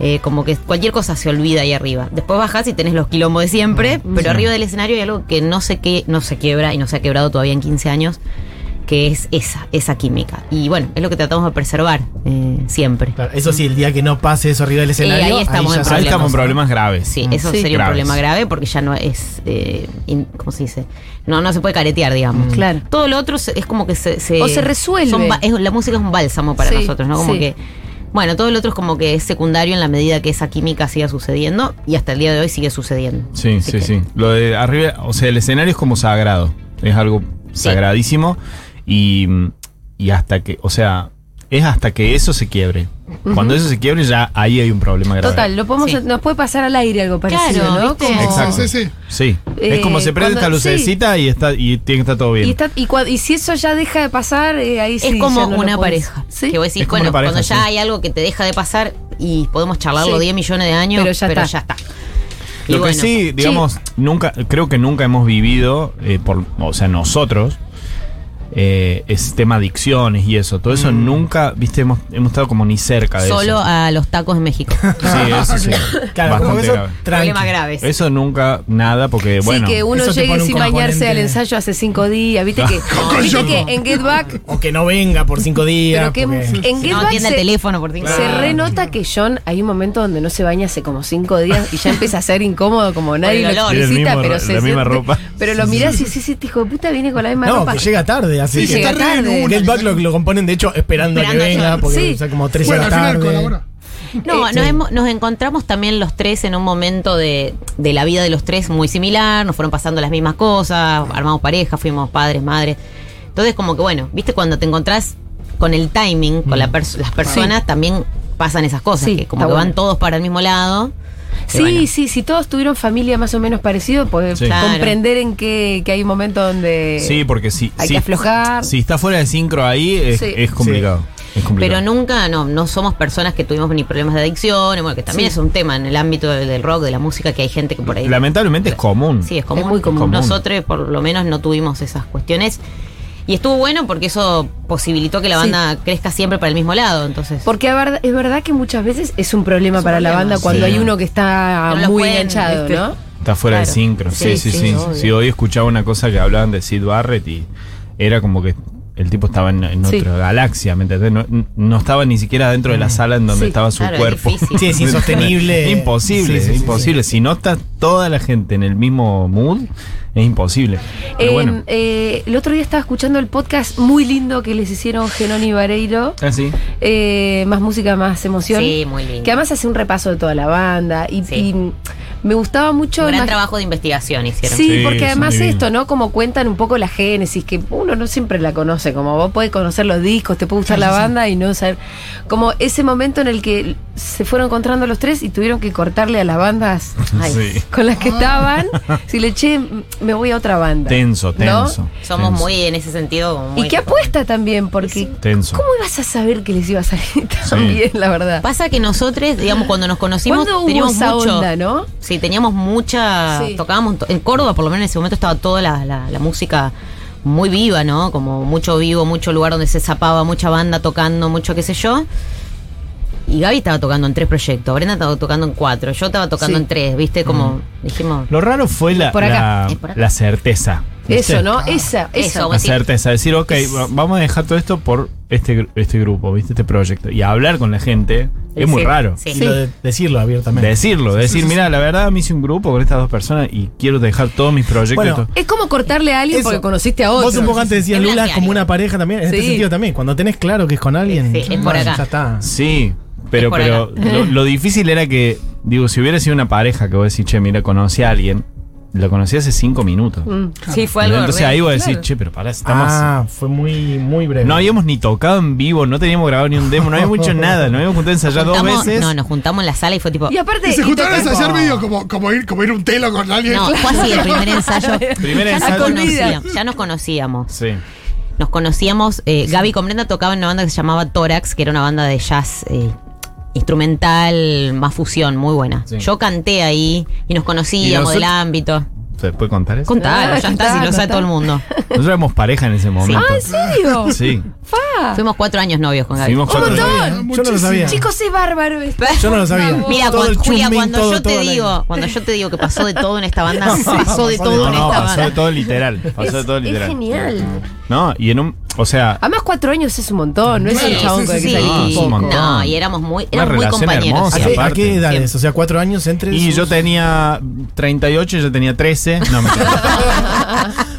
S5: Eh, como que cualquier cosa se olvida ahí arriba. Después bajás y tenés los quilombos de siempre,
S4: Mm.
S5: pero arriba del escenario hay algo que no se, que, no se quiebra y no se ha quebrado todavía en 15 años, que es esa, esa química. Y bueno, es lo que tratamos de preservar eh, siempre.
S7: Claro, eso sí, el día que no pase eso arriba del escenario.
S5: ahí estamos
S7: ya
S5: en
S7: se-
S6: Ahí estamos en problemas graves. Mm.
S5: Sí, eso
S4: Mm, Sí.
S5: sería
S6: Graves.
S5: un problema grave porque ya no es, eh, in- ¿cómo se dice? No, no se puede caretear, digamos.
S4: Mm. Claro.
S5: Todo lo otro se- es como que se...
S4: O se resuelve.
S5: son ba- es- la música es un bálsamo para
S4: Sí,
S5: nosotros, ¿no? Como
S4: sí.
S5: que Bueno, todo el otro es como que es secundario en la medida que esa química siga sucediendo y hasta el día de hoy sigue sucediendo.
S6: Sí,
S5: Así
S6: sí,
S5: que-
S6: sí. Lo de arriba, o sea, el escenario es como sagrado. Es algo sagradísimo. Y, y hasta que, o sea, es hasta que eso se quiebre. Cuando eso se quiebre, ya ahí hay un problema grave.
S4: Total, lo podemos,
S5: Sí.
S4: nos puede pasar al aire algo parecido,
S5: Claro,
S4: ¿no?
S5: ¿viste?
S4: Como-
S6: Exacto.
S8: Sí, sí, sí.
S6: Sí.
S4: Eh,
S6: es como se prende esta
S4: cuando- sí.
S6: lucecita y está y tiene que estar todo bien.
S4: Y, está- y, cua- y si eso ya deja de pasar, eh, ahí sí.
S5: Es
S4: ya
S5: como
S4: no lo
S5: una
S4: podés-
S5: pareja.
S4: Sí.
S5: Que vos decís,
S6: Es como una
S5: bueno,
S6: pareja,
S5: cuando ya
S6: sí.
S5: hay algo que te deja de pasar y podemos charlarlo
S4: Sí.
S5: 10 millones de años,
S4: Pero
S5: pero
S4: ya
S5: ya
S4: está.
S5: está. Y
S6: Lo que
S5: bueno,
S6: sí, digamos, nunca, creo que nunca hemos vivido, eh, por, o sea, nosotros, eh, es tema adicciones y eso. Todo eso nunca, viste, hemos, hemos estado como ni cerca de
S5: Solo
S6: eso.
S5: a los tacos en México.
S6: Sí, eso sí.
S7: Claro, como
S6: Bastante
S7: eso,
S6: grave.
S7: tranqui.
S5: Problemas graves.
S6: Eso nunca, nada, porque bueno.
S4: sí, que uh, uno
S7: eso te
S4: llegue
S7: pone un
S4: sin bañarse
S7: componente-
S4: al ensayo hace cinco días. Viste que,
S8: Con
S4: viste
S8: yo-
S4: que en Get Back.
S7: O que no venga por cinco días.
S4: Pero que
S7: porque-
S4: en
S5: Si
S4: Get
S5: no
S4: Back.
S5: atiende el
S4: se-
S5: teléfono por cinco
S4: Se
S5: días.
S4: renota que John hay un momento donde no se baña hace como cinco días y ya empieza a ser incómodo como nadie
S5: el
S4: lo
S5: olor.
S6: Tiene el
S4: explicita,
S6: mismo
S4: pero
S6: ro-
S4: se
S6: la misma
S4: siente-
S6: ropa.
S4: Pero lo mirás y sí, sí, este hijo de puta viene con la misma
S7: No,
S4: ropa.
S7: que llega tarde, así
S8: Sí,
S7: que.
S8: está
S4: llega
S8: re en
S4: tarde.
S8: una.
S7: el backlog lo componen, de hecho, esperando, a que
S5: Esperando a
S7: venga,
S5: que-
S7: porque
S4: sí.
S7: está como 3 de
S8: Bueno,
S7: la
S8: al final
S7: tarde.
S8: colabora.
S5: No,
S7: Eh,
S5: nos,
S7: sí.
S5: hemos- nos encontramos también los tres en un momento de, de la vida de los tres muy similar, nos fueron pasando las mismas cosas, armamos pareja, fuimos padres, madres. Entonces, como que bueno, viste, cuando te encontrás con el timing, con la pers- las personas, también pasan esas cosas,
S4: Sí,
S5: que como
S4: está
S5: que van
S4: bueno.
S5: todos para el mismo lado.
S4: Sí, sí, si todos tuvieron familia más o menos parecido, poder
S6: Sí.
S5: Claro.
S4: comprender en que, que hay un momento donde
S6: Sí, porque si.
S4: hay
S6: si-
S4: que aflojar.
S6: Si está fuera de sincro ahí, es,
S4: Sí.
S6: es complicado. Es complicado.
S5: Pero nunca, no, no somos personas que tuvimos ni problemas de adicción, bueno, que también es un tema en el ámbito del, del rock, de la música, que hay gente que por ahí...
S6: Lamentablemente es común.
S5: Sí, es común.
S4: eh, Es muy común.
S5: Nosotros por lo menos no tuvimos esas cuestiones. Y estuvo bueno porque eso posibilitó que la
S4: Sí.
S5: banda crezca siempre para el mismo lado. Entonces,
S4: Porque a ver- es verdad que muchas veces es un problema para la
S5: problema,
S4: banda cuando
S6: sí.
S4: hay uno que está
S5: No lo
S4: muy
S5: pueden,
S4: enganchado,
S5: ¿viste?
S4: ¿no?
S6: Está fuera de
S5: Claro.
S6: sincro. Sí,
S5: Sí,
S6: sí, sí.
S5: sí,
S6: sí,
S5: obvio.
S6: hoy escuchaba una cosa que hablaban de Sid Barrett y era como que el tipo estaba en, en
S4: Sí.
S6: otra galaxia, ¿me entendés? No, no estaba ni siquiera dentro de la sala en donde
S4: Sí,
S6: estaba su
S5: claro, es
S6: cuerpo.
S5: difícil.
S7: Sí, es insostenible.
S6: imposible,
S7: Sí, sí, sí,
S6: imposible. Si no está toda la gente en el mismo mood, es imposible. Pero
S4: Eh,
S5: Em,
S6: bueno.
S4: eh, el otro día estaba escuchando el podcast muy lindo que les hicieron Genoni Vareiro.
S6: Ah, sí.
S4: Eh, más música, más emoción.
S5: Sí, muy lindo.
S4: Que además hace un repaso de toda la banda. Y,
S5: Sí.
S4: y me gustaba mucho.
S5: un gran
S4: imag-
S5: trabajo de investigación hicieron.
S4: Sí,
S6: Sí,
S4: porque
S6: son
S4: además
S6: divinos.
S4: esto, ¿no? Como cuentan un poco la génesis, que uno no siempre la conoce, como vos podés conocer los discos, te puede gustar la banda y no saber. Como ese momento en el que se fueron encontrando los tres y tuvieron que cortarle a las bandas
S5: Ay,
S6: Sí.
S4: con
S5: Ah.
S4: las que estaban. Si le eché, me voy a otra banda.
S6: Tenso,
S4: ¿no?
S6: tenso.
S5: Somos
S6: tenso.
S5: muy en ese sentido. como muy-
S4: Y que apuesta también, porque
S6: Tenso.
S4: ¿cómo ibas a saber que les iba a salir tan
S6: Sí.
S4: bien, la verdad?
S5: Pasa que nosotros, digamos, cuando nos conocimos,
S4: ¿Cuándo hubo
S5: teníamos
S4: esa
S5: mucho.
S4: onda, no?
S5: Sí, teníamos mucha.
S4: Sí.
S5: Tocábamos. to- En Córdoba, por lo menos en ese momento, estaba toda la, la- la música muy viva, ¿no? Como mucho vivo, mucho lugar donde se zapaba, mucha banda tocando, mucho qué sé yo. Y Gaby estaba tocando en tres proyectos, Brenda estaba tocando en cuatro, yo estaba tocando
S4: Sí.
S5: en tres, ¿viste? Como dijimos.
S6: Lo raro fue la,
S4: Por acá.
S6: la-
S5: Es por acá.
S6: la certeza.
S4: Eso,
S6: ¿viste?
S4: ¿no? Esa, esa.
S5: Eso,
S6: La certeza, decir, ok, va- vamos a dejar todo esto por este, gru- este grupo, ¿viste? Este proyecto. Y hablar con la gente es muy
S5: Sí,
S6: raro.
S5: sí.
S7: Y lo de- decirlo abiertamente.
S6: Decirlo, decir, mira, la verdad me hice un grupo con estas dos personas y quiero dejar todos mis proyectos.
S7: Bueno,
S6: esto".
S4: Es como cortarle a alguien
S7: Eso.
S4: porque conociste a otro.
S7: Vos un poco antes decías,
S5: Es
S7: Lula, es
S5: blanquear.
S7: como una pareja también. En
S4: Sí.
S7: este sentido también. Cuando tenés claro que es con alguien,
S5: Sí, es por
S7: bueno,
S5: acá.
S7: ya está.
S6: Sí, pero,
S5: Es por
S6: pero
S5: acá.
S6: lo, lo difícil era que, digo, si hubiera sido una pareja que vos decís, che, mira, conocí a alguien, lo conocí hace cinco minutos.
S5: Sí, Mm, fue algo.
S6: Entonces
S5: re-
S6: ahí vos decís,
S4: claro.
S6: che, pero pará, estamos
S7: Ah, fue muy, muy breve.
S6: No habíamos ni tocado en vivo, no teníamos grabado ni un demo, no habíamos hecho nada, no habíamos juntado a ensayar dos
S5: juntamos-
S6: veces.
S5: No, nos juntamos en la sala y fue tipo.
S4: Y aparte.
S8: Y se
S4: y
S8: juntaron a
S4: tocar-
S8: ensayar medio como, como, ir, como ir un telo con alguien.
S5: No, fue así el primer ensayo.
S6: Primer
S5: ya,
S6: ensayo.
S5: Nos conocíamos, ya nos conocíamos.
S6: Sí.
S5: Nos conocíamos. eh, Gaby con Brenda tocaba en una banda que se llamaba Tórax, que era una banda de jazz eh, instrumental, más fusión, muy buena.
S6: Sí.
S5: Yo canté ahí y nos conocíamos
S6: ¿Y nosotros?
S5: del ámbito.
S6: ¿Se puede contar eso?
S5: Contalo,
S4: Ah,
S5: ya
S4: contá,
S5: está, si lo
S4: contá.
S5: sabe todo el mundo.
S6: Nosotros éramos pareja en ese momento.
S4: Ah, ¿en serio?
S6: Sí.
S4: Fa.
S5: Fuimos cuatro años novios con Gaby.
S6: Fuimos
S4: Un
S6: cuatro.
S4: montón.
S7: Yo no lo sabía.
S4: Chicos, es bárbaro esto.
S7: Yo no lo sabía.
S5: Mira,
S7: Todo
S5: cuando,
S7: el
S5: Julia,
S7: chumbín,
S5: cuando
S7: todo,
S5: yo te
S7: todo el-
S5: digo, cuando yo te digo que pasó de todo en esta banda,
S7: Sí.
S5: pasó de
S7: Pasó de
S5: todo
S6: No,
S5: en
S6: no,
S5: esta
S6: pasó de
S5: banda.
S6: todo literal. Pasó de todo
S4: es
S6: literal.
S4: genial.
S6: No, y en un. O sea,
S4: Además, cuatro años es un montón, no es
S8: Claro,
S4: el chabón
S8: sí,
S4: con el que
S8: sí,
S4: salís
S6: sí.
S4: un
S6: es
S4: poco.
S6: un montón.
S5: No, y éramos muy,
S6: Una
S5: éramos muy
S6: relación
S5: compañeros.
S6: hermosa,
S7: ¿A qué, a
S6: aparte.
S7: qué edades? O sea, cuatro años entre.
S6: y yo
S7: sus-
S6: tenía 38, ella tenía 13. No, me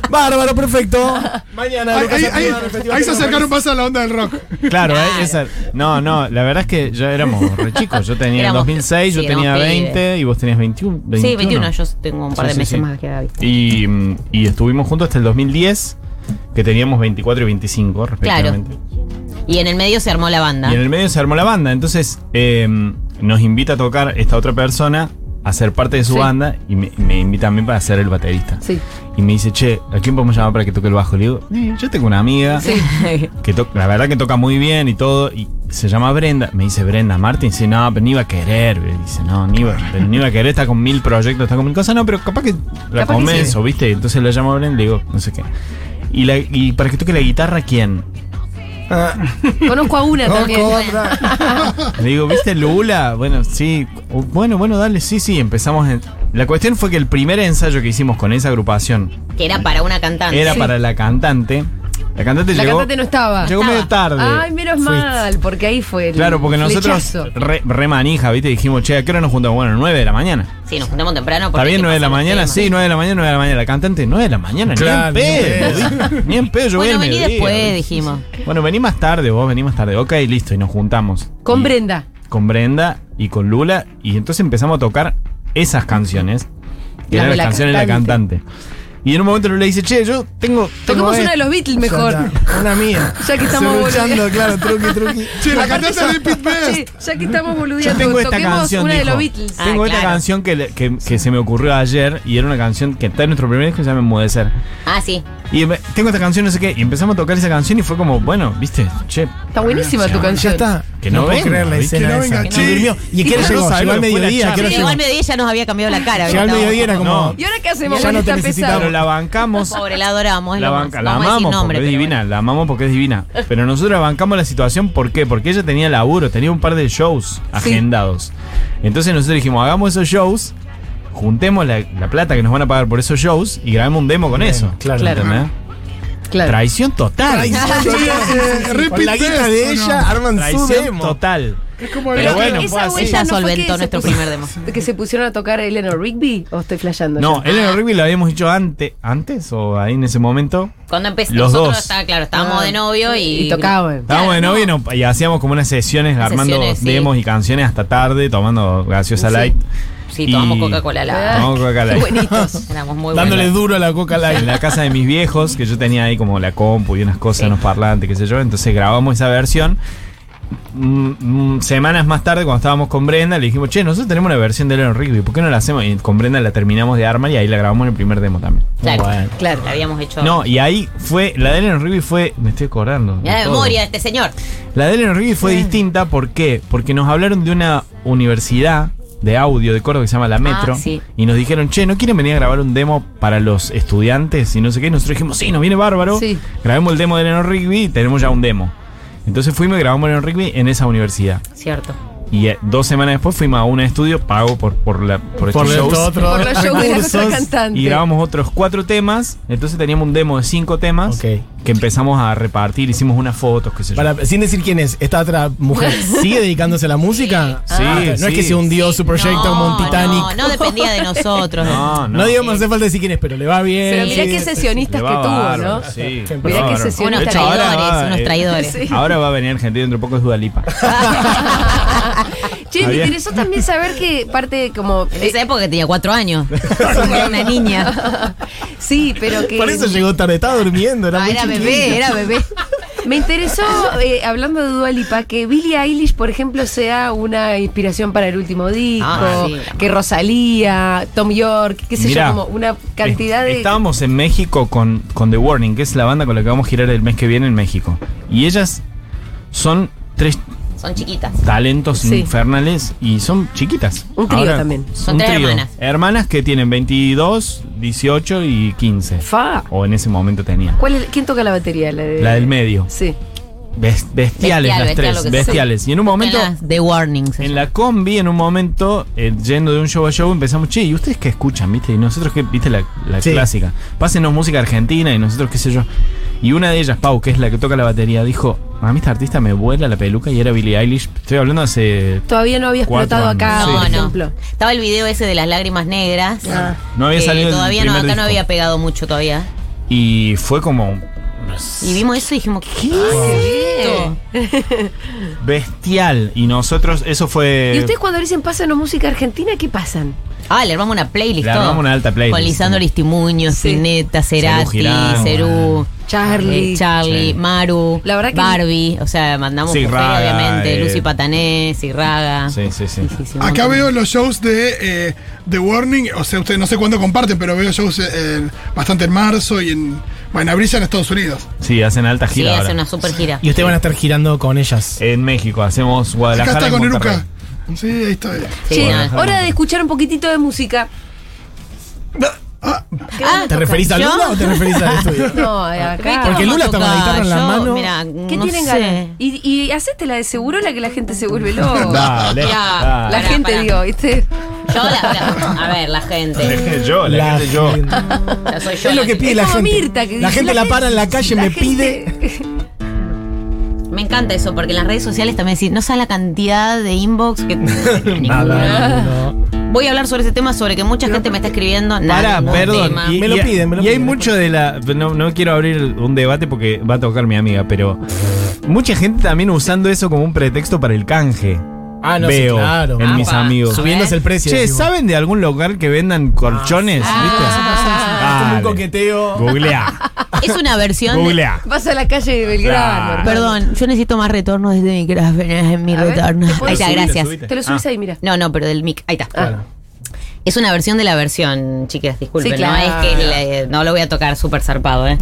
S7: Bárbaro, perfecto. Mañana,
S8: Ahí,
S7: Lucas
S8: ahí-
S7: Sativa en el
S8: ahí-
S7: Festival
S8: ahí se
S7: Tecno
S8: acercaron más a la onda del rock.
S6: Claro, ¿eh? Esa- no, no, la verdad es que ya éramos re chicos. Yo tenía en
S5: Éramos-
S6: 2006, yo
S5: sí,
S6: tenía
S5: éramos
S6: 20 y vos tenías 21.
S5: Sí, 21, yo tengo un par
S6: Sí,
S5: de
S6: sí,
S5: meses
S6: sí.
S5: más que David.
S6: Y, mm, y estuvimos juntos hasta el 2010, que teníamos 24 y 25 respectivamente.
S5: Y en el medio se armó la banda.
S6: Y en el medio se armó la banda. Entonces eh, nos invita a tocar esta otra persona a ser parte de su
S4: Sí.
S6: banda y me, me invita a mí para ser el baterista.
S4: Sí.
S6: Y me dice, che, ¿a quién podemos llamar para que toque el bajo? Le digo, "Eh, yo tengo una amiga que to- la verdad que toca muy bien y todo. Y se llama Brenda. Me dice Brenda Martín. Dice, no, pero ni iba a querer. Me dice, no, ni iba, pero ni iba a querer. Está con mil proyectos, está con mil cosas. No, pero capaz que
S4: Capaz
S6: la
S4: que
S6: convenzo, ¿viste? Entonces la llamo a Brenda y le digo, no sé qué. Y, la- y para que toque la guitarra, ¿quién?
S4: Conozco a una también.
S6: Le digo, ¿viste Lula? Bueno, sí. O- Bueno, bueno, dale, sí, sí. Empezamos en- La cuestión fue que el primer ensayo que hicimos con esa agrupación
S5: que era para una cantante.
S6: era
S5: Sí.
S6: para la cantante. La cantante
S4: Ah, La
S6: llegó.
S4: cantante no estaba.
S6: Llegó medio tarde.
S4: Ay, menos
S6: Fuiste.
S4: mal, porque ahí fue. el
S6: Claro, porque nosotros
S4: flechazo.
S6: re, re manija, ¿viste? Dijimos, che, ¿a qué hora nos juntamos? Bueno, 9 de la mañana.
S5: Sí, nos juntamos temprano. porque
S6: ¿Está bien?
S5: hay que
S6: 9 de la
S5: pasar los
S6: mañana,
S5: temas.
S6: sí, 9 de la mañana, 9 de la mañana. La cantante, 9 de la mañana,
S7: Claro,
S6: ni
S7: ni
S6: en
S7: en
S6: pedo. Ni en pedo, yo voy
S5: Bueno,
S6: al
S5: vení
S6: mediodía,
S5: después,
S6: ¿viste?
S5: dijimos.
S6: Bueno, vení más tarde, vos vení más tarde. Ok, listo, y nos juntamos.
S4: Con
S6: Y-
S4: Brenda.
S6: Con Brenda y con Lula. Y entonces empezamos a tocar esas canciones. Que
S4: Las
S6: eran
S4: de
S6: las
S4: la
S6: canciones de la
S4: cantante.
S6: cantante. Y en un momento Lula dice, che, yo tengo. tengo e-".
S4: Toquemos una de
S6: esto".
S4: los Beatles
S7: Ya
S4: mejor.
S7: está, Una mía.
S4: Ya que estamos
S7: luchando, claro, truqui, truqui.
S8: Che, la
S4: Aparte
S8: cantante de
S4: son-
S8: Pit Best.
S4: Sí, ya que estamos
S6: Yo
S4: boludeando,
S6: tengo esta
S4: toquemos
S6: canción.
S4: una de
S6: dijo.
S4: los Beatles.
S5: Ah,
S6: Tengo esta
S5: claro.
S6: canción que, le- que- que se me ocurrió ayer y era una canción que está en nuestro primer disco y se llama Enmudecer.
S5: Ah, sí.
S6: Y me- tengo esta canción, no sé qué, y empezamos a tocar esa canción y fue como, bueno, viste, che.
S4: Está buenísima tu
S7: Ya
S4: canción.
S7: está.
S6: Que no
S7: puedo
S6: venga,
S7: creer la
S6: ¿viste?
S7: escena
S8: Que no
S7: esa.
S8: venga, che.
S7: durmió. ¿Y a qué hora
S6: No
S7: llegó?
S6: sabemos
S7: Llegó al
S6: después la
S7: mediodía. ¿a qué hora
S6: charla.
S5: Llegó
S7: llegó?
S5: al mediodía ya nos había cambiado la cara.
S7: Llegó al mediodía era como...
S6: No.
S4: ¿Y ahora qué hacemos?
S7: Ya
S4: Bueno,
S7: no te
S4: está pesado.
S6: Pero la bancamos.
S5: Pobre, la adoramos. es
S6: La,
S5: lo
S6: banca,
S5: más.
S6: la
S5: Vamos a decir
S6: amamos
S5: nombre,
S6: porque es
S5: pero
S6: divina, la amamos porque es divina. Pero nosotros la bancamos la situación, ¿por qué? Porque ella tenía laburo, tenía un par de shows agendados. Entonces nosotros dijimos, hagamos esos shows, juntemos la, la plata que nos van a pagar por esos shows y grabemos un demo con eso.
S7: claro.
S4: Claro.
S6: ¿Entendés?
S4: Claro.
S6: Traición total.
S8: Sí, eh, re
S7: Con la
S8: Pit
S7: guita
S8: Best,
S7: de
S8: ¿o no?
S7: ella arman su
S6: Traición
S7: demo.
S6: total.
S8: Es como
S6: Pero
S8: el-
S6: bueno,
S4: esa
S6: fue así.
S4: vuelta
S5: Ella
S4: no fue que
S5: solventó
S4: se
S5: nuestro
S4: pusi-
S5: primer demo.
S4: Que se pusieron a tocar Eleanor Rigby, o estoy flasheando.
S6: No,
S4: yo?
S6: Eleanor Rigby la habíamos dicho antes, antes o ahí en ese momento.
S5: Cuando empecé,
S6: Los
S5: nosotros
S6: dos.
S5: estaba, claro, estábamos de novio y.
S4: Ah. Y tocaban.
S6: Estábamos de novio y no- Ah, y, hacíamos como unas sesiones armando
S5: sesiones, sí.
S6: demos y canciones hasta tarde, tomando gaseosa
S5: Sí.
S6: light.
S5: Sí, tomamos
S6: Y-
S5: Coca-Cola.
S4: Ah.
S5: La...
S6: Tomamos Coca-Cola
S4: Qué
S6: light.
S4: buenitos.
S5: Éramos muy buenos.
S7: Dándole duro a la coca
S6: En
S7: live.
S6: la casa de mis viejos, que yo tenía ahí como la compu y unas cosas,
S5: Sí.
S6: unos parlantes, qué sé yo. Entonces grabamos esa versión. Mm, mm, semanas más tarde, cuando estábamos con Brenda, le dijimos, che, nosotros tenemos una versión de Leonard Rigby, ¿por qué no la hacemos? Y con Brenda la terminamos de armar y ahí la grabamos en el primer demo también.
S5: Claro,
S6: Bueno.
S5: claro. La habíamos hecho.
S6: No, y ahí fue, la de Leonard Rigby fue, me estoy acordando. de
S5: Mirá la
S6: todo.
S5: memoria de este señor.
S6: La de Eleanor Rigby fue distinta, ¿por qué? Porque nos hablaron de una universidad de audio de Córdoba que se llama La Metro.
S5: sí.
S6: Y nos dijeron, che, ¿no quieren venir a grabar un demo para los estudiantes? Y no sé qué. Y nosotros dijimos, sí, nos viene bárbaro.
S4: Sí.
S6: Grabemos el demo de Eleanor Rigby y tenemos ya un demo. Entonces fuimos y grabamos Eleanor Rigby en esa universidad.
S5: Cierto.
S6: Y eh, dos semanas después fuimos a un estudio pago por, por, la, por estos
S7: Por dentro
S6: shows.
S7: otro
S4: Por los shows de la otra
S7: recursos.
S4: cantante.
S6: Y grabamos otros cuatro temas. Entonces teníamos un demo de cinco temas
S7: Ok.
S6: que empezamos a repartir. Hicimos unas fotos, qué sé yo.
S7: Para, sin decir quién es, esta otra mujer sigue dedicándose a la música.
S6: Sí,
S7: Ah, no
S6: sí.
S7: es que se hundió su proyecto como un Titanic.
S5: No, no dependía de nosotros.
S6: No,
S7: No, digamos, hace falta decir quién es, pero le va bien.
S4: Pero mirá
S7: sí.
S4: qué sesionistas
S6: Le
S4: que
S6: va
S4: tuvo,
S6: bárbaro,
S4: ¿no?
S6: sí.
S4: Mirá
S6: Bárbaro.
S4: qué sesionistas.
S5: Unos
S6: De hecho, ahora
S5: traidores,
S6: va,
S5: unos
S6: eh,
S5: traidores.
S4: Sí.
S6: Ahora va a venir Argentina dentro de poco es Dudalipa.
S4: che,
S6: Está
S4: me
S6: bien.
S4: interesó también saber que parte como...
S5: En esa época tenía cuatro años. Era una niña.
S4: eh, sí, pero que...
S7: Por eso llegó tarde, estaba durmiendo. Era,
S5: Ah,
S7: muy
S5: era
S7: chiquita.
S5: bebé, era bebé.
S4: Me interesó, eh, hablando de Dua Lipa, que Billie Eilish, por ejemplo, sea una inspiración para el último disco,
S5: Ah, sí.
S4: que Rosalía, Tom York, qué sé
S6: Mirá,
S4: yo, como una cantidad
S6: es-
S4: de...
S6: Estábamos en México con, con The Warning, que es la banda con la que vamos a girar el mes que viene en México. Y ellas son tres
S5: Son chiquitas.
S6: talentos
S4: Sí.
S6: infernales y son chiquitas.
S4: Un trío también.
S5: Son
S6: un
S5: tres
S6: trío.
S5: hermanas.
S6: Hermanas que tienen 22, 18 y 15.
S4: Fa.
S6: O en ese momento tenían.
S4: ¿Cuál es- ¿Quién toca la batería? La, de-
S6: La del medio.
S4: Sí.
S6: Bes- bestiales
S5: Bestial,
S6: las
S5: bestial lo
S6: tres.
S5: que sea.
S6: Bestiales. Y en un momento...
S5: de warning. se
S6: En
S5: llama.
S6: la combi, en un momento, eh, yendo de un show a show, empezamos, che, ¿y ustedes qué escuchan, viste? Y nosotros, que viste? La, la
S7: Sí.
S6: clásica. Pásenos música argentina y nosotros, qué sé yo. Y una de ellas, Pau, que es la que toca la batería, dijo, a mí esta artista me vuela la peluca y era Billie Eilish. Estoy hablando hace...
S4: Todavía no había
S6: Cuatro
S4: explotado acá,
S6: años.
S4: por
S5: No,
S4: ejemplo. Ah.
S5: no. Ah, Estaba el video ese de las lágrimas negras.
S6: No había
S5: que
S6: salido el
S5: Todavía no,
S6: primer
S5: acá no
S6: disco.
S5: había pegado mucho todavía.
S6: Y fue como no sé,
S5: Y vimos eso y dijimos, ¿qué?
S6: bestial. Y nosotros, eso fue.
S7: Eh,
S4: ¿Y ustedes cuando le dicen pásanos música argentina, qué pasan?
S5: Ah, le armamos una playlist.
S6: Le
S5: todo.
S6: armamos una alta playlist.
S5: Con Lisandro Aristimuño,
S4: Sí.
S5: Spinetta,
S6: Cerú
S5: Cerati,
S6: Girán,
S5: Cerú,
S4: Charlie.
S5: eh, Charlie,
S6: Sí.
S5: Maru,
S4: La verdad que-
S5: Barbie. O sea, mandamos buffet,
S6: Zirraga,
S5: obviamente.
S6: eh.
S5: Lucy Patané, Cirraga.
S6: Sí, sí, sí.
S8: Acá veo los shows de eh, The Warning, o sea, ustedes no sé cuándo comparten, pero veo shows eh, en- bastante en marzo y en, bueno, en abril ya en Estados Unidos.
S6: Sí, hacen alta
S5: Sí,
S6: gira.
S5: hace
S6: ahora.
S5: una super gira.
S7: Y ustedes van a estar girando con ellas.
S5: Eh,
S6: En México, hacemos
S8: Acá
S6: Guadalajara.
S8: está
S6: y
S8: con
S6: Monterrey.
S8: Eruca. Sí, ahí está.
S5: Sí,
S4: Che,
S5: nada.
S4: hora de escuchar un poquitito de música.
S8: Ah,
S5: Ah,
S7: ¿Te referís a
S5: ¿yo?
S7: Lula o te referís al estudio?
S4: No, acá.
S7: Porque
S5: ¿Cómo
S7: Lula está con la
S5: toca?
S7: guitarra en la
S5: Yo,
S7: mano.
S5: Mira,
S4: ¿Qué
S5: eh, no
S4: tienen
S5: sé.
S4: ganas? Y, y hacete la de seguro la que la gente se vuelve loca.
S6: Dale,
S5: Ya,
S6: dale.
S4: Oh, la
S5: Pará,
S4: gente,
S5: pará.
S4: digo, ¿viste?
S5: Yo, la, la- a ver, la gente.
S6: yo, la, gente, yo.
S7: gente.
S5: Ya soy yo
S7: Es lo
S5: la
S7: que
S5: que-
S7: pide la
S4: como
S7: gente.
S4: Mirta que
S7: la
S4: dice,
S7: gente la para en la calle, me
S4: gente-
S7: pide.
S5: Me encanta eso, porque en las redes sociales también decís, no sabes la cantidad de inbox que.
S7: Nada, no.
S5: Voy a hablar sobre ese tema, sobre que mucha gente me está escribiendo.
S6: Para,
S5: ningún
S6: perdón.
S5: tema.
S6: Y,
S7: Me lo
S6: y-
S7: piden, me lo
S6: y hay
S7: piden.
S6: mucho de la. No, no quiero abrir un debate porque va a tocar mi amiga, pero. Mucha gente también usando eso como un pretexto para el canje.
S7: Ah, no, sí,
S6: Veo
S7: claro.
S6: en
S5: Ah,
S6: mis
S5: pa.
S6: amigos.
S7: Subiéndose el precio.
S6: Che,
S7: decimos.
S6: ¿saben de algún lugar que vendan colchones?
S5: Ah,
S6: ¿Viste?
S7: Es como un
S6: Dale.
S7: coqueteo.
S6: Googleá.
S5: Es una versión. de-
S6: Googleá.
S4: Vas a la calle de Belgrano.
S6: Claro.
S4: hermano.
S5: Perdón, yo necesito más retornos desde mi graf, en mi
S4: A ver,
S5: retorno.
S4: ¿te puedo Ah.
S5: Ahí está,
S4: subir?
S5: gracias.
S6: subite.
S4: Te lo subís
S6: Ah.
S4: ahí, mira.
S5: No, no, pero del mic. Ahí está. Es una versión de la versión, chicas, disculpen.
S4: Sí, claro.
S5: No es que le- no lo voy a tocar súper zarpado, ¿eh?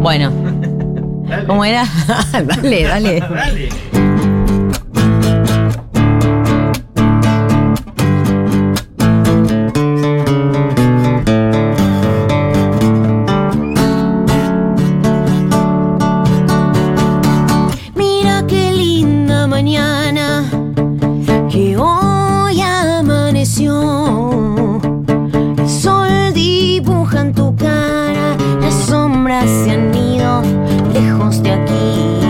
S5: Bueno. ¿Cómo era? dale, dale. Mira qué linda mañana que hoy amaneció. El sol dibuja en tu cara, las sombras se han ido lejos de aquí.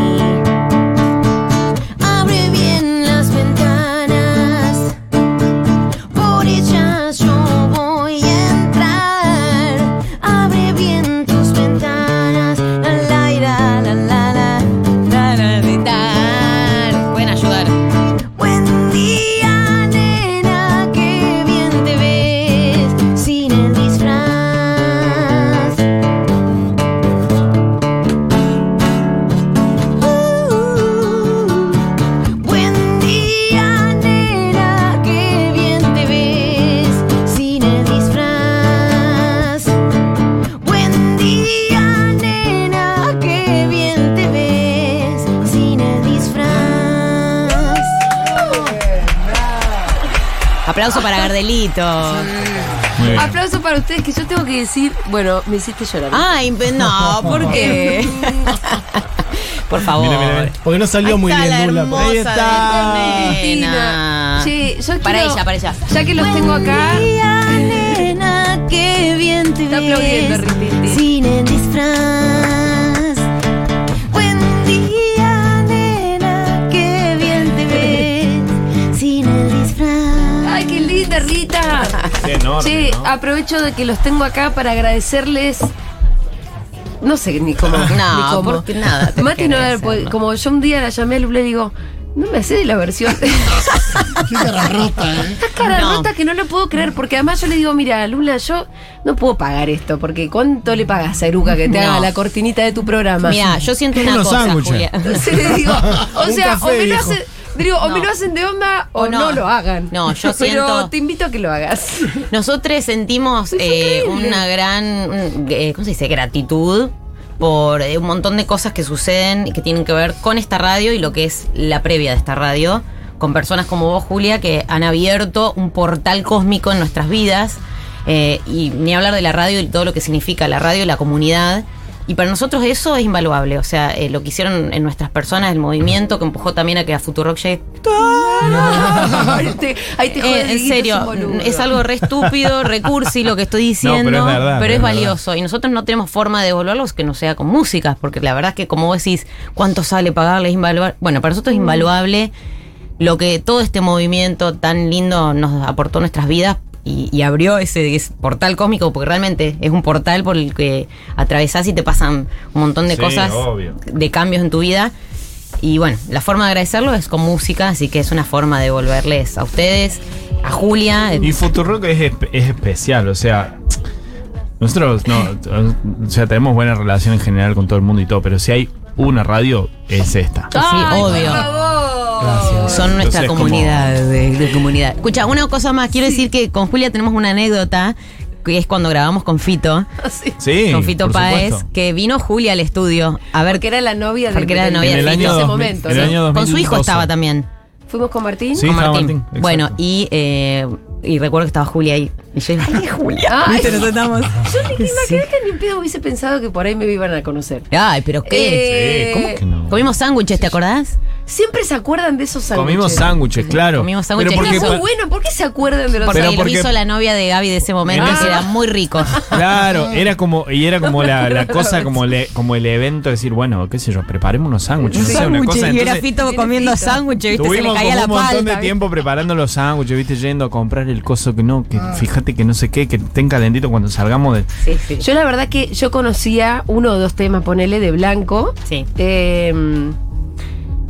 S5: Abre bien las ventanas, por ellas yo voy a entrar. Abre bien tus ventanas, la la ira, la la la, la la gritar. Pueden ayudar. Buen día, nena, qué bien te ves sin el disfraz. Uh, buen día, nena, qué bien te ves sin el disfraz. Buen día, nena, qué bien te ves sin el disfraz. Aplauso para Gardelito.
S6: Muy
S5: Ah,
S6: bien.
S4: Aplauso para ustedes que yo tengo que decir, bueno, me hiciste llorar.
S5: Ay, pe- no, ¿por qué? Por favor.
S6: Mira, mira, mira.
S7: Porque no salió muy
S5: Ahí está la
S7: bien, Lula.
S5: hermosa
S7: Ahí está.
S5: Nena.
S4: Che, yo
S5: Para
S4: quiero-
S5: ella, para ella.
S4: Ya que los tengo acá.
S5: nena, qué bien te
S4: Está aplaudiendo, Ripipi.
S5: Sin el disfraz. Buen día, nena, qué bien te ves. Sin el disfraz.
S4: Ay, qué linda, Rita.
S6: Qué enorme,
S4: Che,
S6: ¿no?
S4: aprovecho de que los tengo acá para agradecerles. No sé ni cómo.
S5: No,
S4: ni cómo.
S5: porque nada tenés
S4: Mati
S5: que
S4: no era-
S5: agradecer, ¿no?
S4: Como yo un día la llamé a Lula y digo, no me haces la versión.
S8: Qué cara rota, ¿eh?
S4: Esta cara
S5: No.
S4: rota que no lo puedo creer, porque además yo le digo, mira, Lula, yo no puedo pagar esto, porque ¿cuánto le pagas a Eruca que te
S5: No.
S4: haga la cortinita de tu programa?
S5: Mira, yo siento una
S7: Unos
S5: cosa,
S7: sándwiches.
S5: Julia.
S4: Entonces le digo, o
S7: Un
S4: sea, o,
S7: café,
S4: me lo
S7: viejo.
S4: hacen, digo, o me
S5: No.
S4: lo hacen de onda o,
S5: O
S4: no.
S5: no.
S4: lo hagan.
S5: No, yo
S4: Pero
S5: siento-
S4: te invito a que lo hagas.
S5: Nosotros sentimos eh, una gran, mm, eh, ¿cómo se dice? Gratitud por eh, un montón de cosas que suceden y que tienen que ver con esta radio y lo que es la previa de esta radio, con personas como vos, Julia, que han abierto un portal cósmico en nuestras vidas. eh, y ni hablar de la radio y todo lo que significa la radio y la comunidad. Y para nosotros eso es invaluable. O sea, eh, lo que hicieron en nuestras personas, el movimiento que empujó también a que a Futurock llegue
S4: Ah, ahí te, ahí te jode
S5: eh, en
S4: Dieguito, es un
S5: serio,
S4: boludo.
S5: es algo re estúpido, recursi lo que estoy diciendo,
S6: No, pero es verdad,
S5: pero
S6: pero
S5: es
S6: es verdad.
S5: valioso. Y nosotros no tenemos forma de devolverlos que no sea con músicas, porque la verdad es que como vos decís, ¿cuánto sale pagarles? Invaluable. Bueno, para
S4: Mm.
S5: nosotros es invaluable lo que todo este movimiento tan lindo nos aportó a nuestras vidas y, y abrió ese, ese portal cósmico, porque realmente es un portal por el que atravesás y te pasan un montón de
S6: Sí,
S5: cosas,
S6: obvio.
S5: de cambios en tu vida. Y bueno, la forma de agradecerlo es con música, así que es una forma de devolverles a ustedes, a Julia.
S6: Y Futurock es, espe- es especial, o sea. Nosotros no, o sea, tenemos buena relación en general con todo el mundo y todo, pero si hay una radio, es esta.
S5: Sí, obvio. Son nuestra
S6: Entonces,
S5: comunidad, de, de comunidad. Escucha, una cosa más, quiero decir que con Julia tenemos una anécdota, que es cuando grabamos con Fito,
S4: Así.
S6: Sí.
S5: con Fito
S6: por
S5: Páez,
S6: supuesto.
S5: que vino Julia al estudio a ver
S4: Porque era la novia de
S5: Porque era la novia
S6: En el
S5: Fito.
S6: año,
S5: En ese
S6: 2000,
S4: momento,
S6: en el
S4: ¿no?
S6: año
S5: Con su hijo
S6: 2012.
S5: estaba también.
S4: Fuimos con Martín.
S6: Sí,
S5: con
S6: estaba
S5: Martín.
S6: Martín, exacto.
S5: Bueno, y, eh, y recuerdo que estaba Julia ahí. Y yo dije, ¡ay, es Julia!
S4: Ay.
S5: ¿Viste? Nos sentamos.
S4: Ah, Yo ni ni imaginé que ni en pedo hubiese pensado que por ahí me iban a conocer.
S5: Ay, pero
S4: Eh,
S5: qué.
S6: ¿Cómo que no?
S5: Comimos sándwiches, ¿te acordás?
S4: Siempre se acuerdan de esos sándwiches.
S6: Comimos sándwiches, claro.
S5: Comimos
S6: Pero
S5: sándwiches.
S6: porque
S4: Era muy
S6: pa-
S4: bueno, ¿por qué se acuerdan de los
S5: Porque
S6: Pero
S5: lo
S6: porque-
S5: hizo la novia de Gaby de ese momento,
S6: En
S5: que
S6: ese-
S5: era muy rico.
S6: Claro, era como, y era como la, la cosa, como, le- como el evento, de decir, bueno, qué sé yo, preparemos unos sándwiches, no sé, una cosa.
S5: y era
S6: entonces,
S5: Fito comiendo
S4: Fito.
S5: sándwiches, ¿viste? Se le
S6: Tuvimos
S5: caía
S6: como
S5: la
S6: un montón de
S5: palta. ¿viste?
S6: tiempo preparando los sándwiches, viste, yendo a comprar el coso que no,
S5: Ah.
S6: que fíjate que no sé qué, que estén calentito cuando salgamos de.
S5: Sí, sí.
S4: Yo la verdad que yo conocía uno o dos temas, ponele, de blanco.
S5: Sí.
S4: Eh,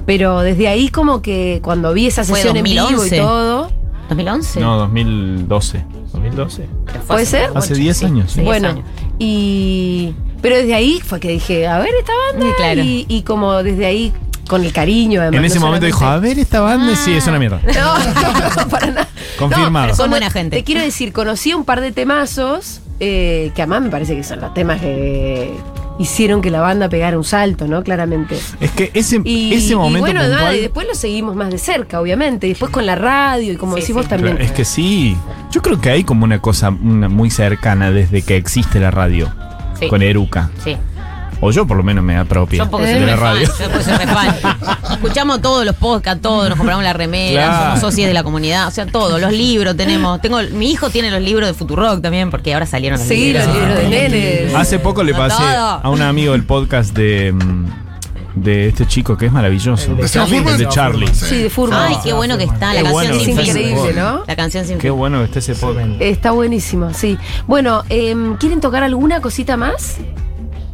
S4: pero desde ahí como que cuando vi esa
S5: Fue
S4: sesión en vivo y
S5: 2011.
S4: todo,
S5: ¿2011?
S6: No, 2012. 2012.
S4: ¿puede ser?
S6: Hace 10 años.
S5: Sí.
S4: bueno,
S5: años.
S4: y... Pero desde ahí fue que dije, a ver esta banda.
S5: Sí, claro.
S4: y, y como desde ahí, con el cariño además.
S6: En ese
S4: no
S6: momento dijo, a
S4: solamente-
S6: ver esta banda, sí, es una
S5: Ah.
S6: mierda.
S4: No, no, no, para nada.
S6: Confirmado.
S4: No,
S5: Son
S4: cono-
S5: buena gente.
S4: Te quiero decir, conocí un par de temazos eh, que a más me parece que son los temas que hicieron que la banda pegara un salto, ¿no? Claramente.
S6: Es que ese,
S4: Y,
S6: ese
S4: y
S6: momento
S4: bueno, nada,
S6: puntual-
S4: y después lo seguimos más de cerca, obviamente. Y después con la radio y como
S5: Sí,
S4: decís vos
S5: sí.
S4: también.
S6: Claro, Es que sí. Yo creo que hay como una cosa una muy cercana desde que existe la radio.
S5: Sí.
S6: Con Eruca.
S5: Sí.
S6: O yo por lo menos me apropio
S5: Yo porque
S6: de
S5: soy
S6: la
S5: re fan,
S6: radio.
S5: yo porque soy re fan. Escuchamos todos los podcasts, todos, nos compramos la remera,
S6: Claro.
S5: somos socios de la comunidad, o sea, todos, los libros tenemos. Tengo, mi hijo tiene los libros de Futurock también, porque ahora salieron los
S4: Sí,
S5: libros.
S4: los libros de nenes.
S6: Hace poco le
S5: No
S6: pasé
S5: todo.
S6: a un amigo el podcast de, mm, de este chico que es maravilloso.
S7: El de
S8: Seba
S6: El
S8: Furman.
S6: de Charlie.
S8: Sí.
S4: Sí, de Furman.
S5: Ay, qué bueno que está, la
S6: Qué
S5: canción
S6: bueno que
S5: sin
S6: está
S5: fin.
S6: ese
S4: increíble, ¿no?
S5: La canción sin
S6: Qué
S5: fin.
S6: bueno que está ese podcast.
S4: Está buenísimo, sí. Bueno, em, ¿quieren tocar alguna cosita más?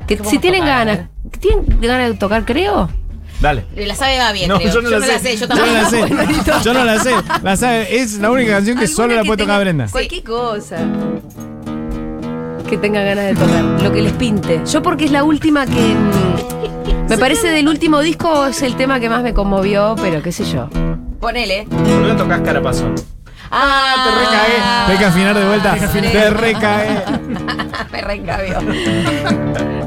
S4: Que, si
S5: podemos
S4: tienen
S5: tocar?
S4: ganas. ¿Tienen ganas de tocar, creo?
S6: Dale.
S5: La sabe Gaby,
S6: No,
S5: creo.
S6: yo no, la, sé.
S5: yo tampoco.
S6: no la sé. Yo no la sé. La sabe. Es la única canción que solo
S4: Alguna
S6: la puede
S4: tenga-
S6: tocar Brenda.
S4: Cualquier cosa. Que tengan ganas de tocar, lo que les pinte. Yo porque es la última que... mm, Me parece del último disco es el tema que más me conmovió, pero qué sé yo.
S5: Ponele.
S6: ¿Por qué tocas Carapazón?
S5: Ah,
S6: Te recagué. Hay que afinar de vuelta. Te recagué.
S5: Me recabió.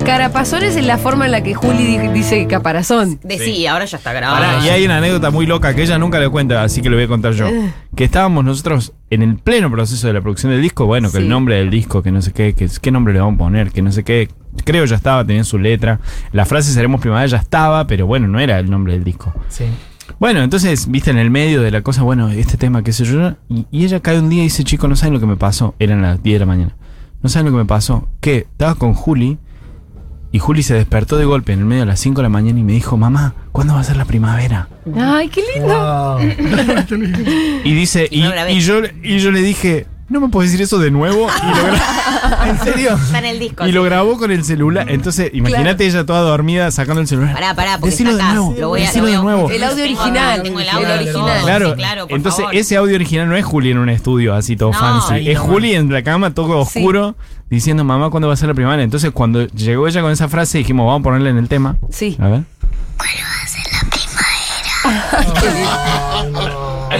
S4: Carapazón es la forma en la que Juli di- dice caparazón.
S5: De sí, ahora ya está grabado.
S6: Pará, y hay una anécdota muy loca que ella nunca le cuenta, así que lo voy a contar yo. Que estábamos nosotros en el pleno proceso de la producción del disco, bueno, que
S4: Sí.
S6: el nombre del disco, que no sé qué, que qué nombre le vamos a poner, que no sé qué. Creo ya estaba, tenía su letra. La frase seremos primavera ya estaba, pero bueno, no era el nombre del disco.
S7: Sí.
S6: Bueno, entonces, viste, en el medio de la cosa, bueno, este tema, qué sé yo, y, y ella cae un día y dice, chico, no saben lo que me pasó. Eran las 10 de la mañana. No saben lo que me pasó. Que estaba con Juli y Juli se despertó de golpe en el medio de las 5 de la mañana y me dijo, mamá, ¿cuándo va a ser la primavera?
S4: Ay, qué lindo.
S7: Wow.
S6: Y dice,
S5: Y
S6: y,
S5: no grabé.
S6: y yo, y yo le dije, ¿no me puedes decir eso de nuevo? Y lo gra- ¿En serio?
S5: Está en el disco.
S6: Y lo grabó con el celular. Entonces, imagínate ella toda dormida sacando el celular.
S5: Pará, pará, porque
S6: Decilo
S5: está acá.
S6: de nuevo.
S5: Lo voy a, lo
S6: decilo
S5: voy a-
S6: de nuevo.
S4: El audio
S5: Tengo
S4: original.
S5: acá, Tengo el audio
S7: Claro.
S5: original.
S6: Claro,
S5: sí, claro por
S6: entonces
S5: favor.
S6: ese audio original no es Juli en un estudio así todo
S5: No,
S6: fancy.
S5: ahí
S6: Es
S7: no.
S6: Juli en la cama todo
S4: Sí.
S6: oscuro diciendo, mamá, ¿cuándo va a ser la primavera? Entonces cuando llegó ella con esa frase dijimos, vamos a ponerla en el tema.
S4: Sí.
S6: A ver.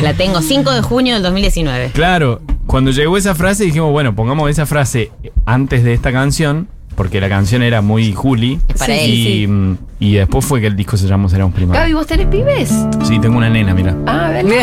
S5: La tengo 5 de junio del 2019.
S6: Claro, cuando llegó esa frase dijimos, bueno, pongamos esa frase antes de esta canción, porque la canción era muy Juli.
S5: Es para
S4: Sí,
S5: él.
S4: sí,
S6: Y, mm, y después fue que el disco se llamó Será un
S4: Gaby,
S6: primavera.
S4: ¿vos tenés pibes?
S6: Sí, tengo una nena, mira.
S4: Ah, ¿verdad?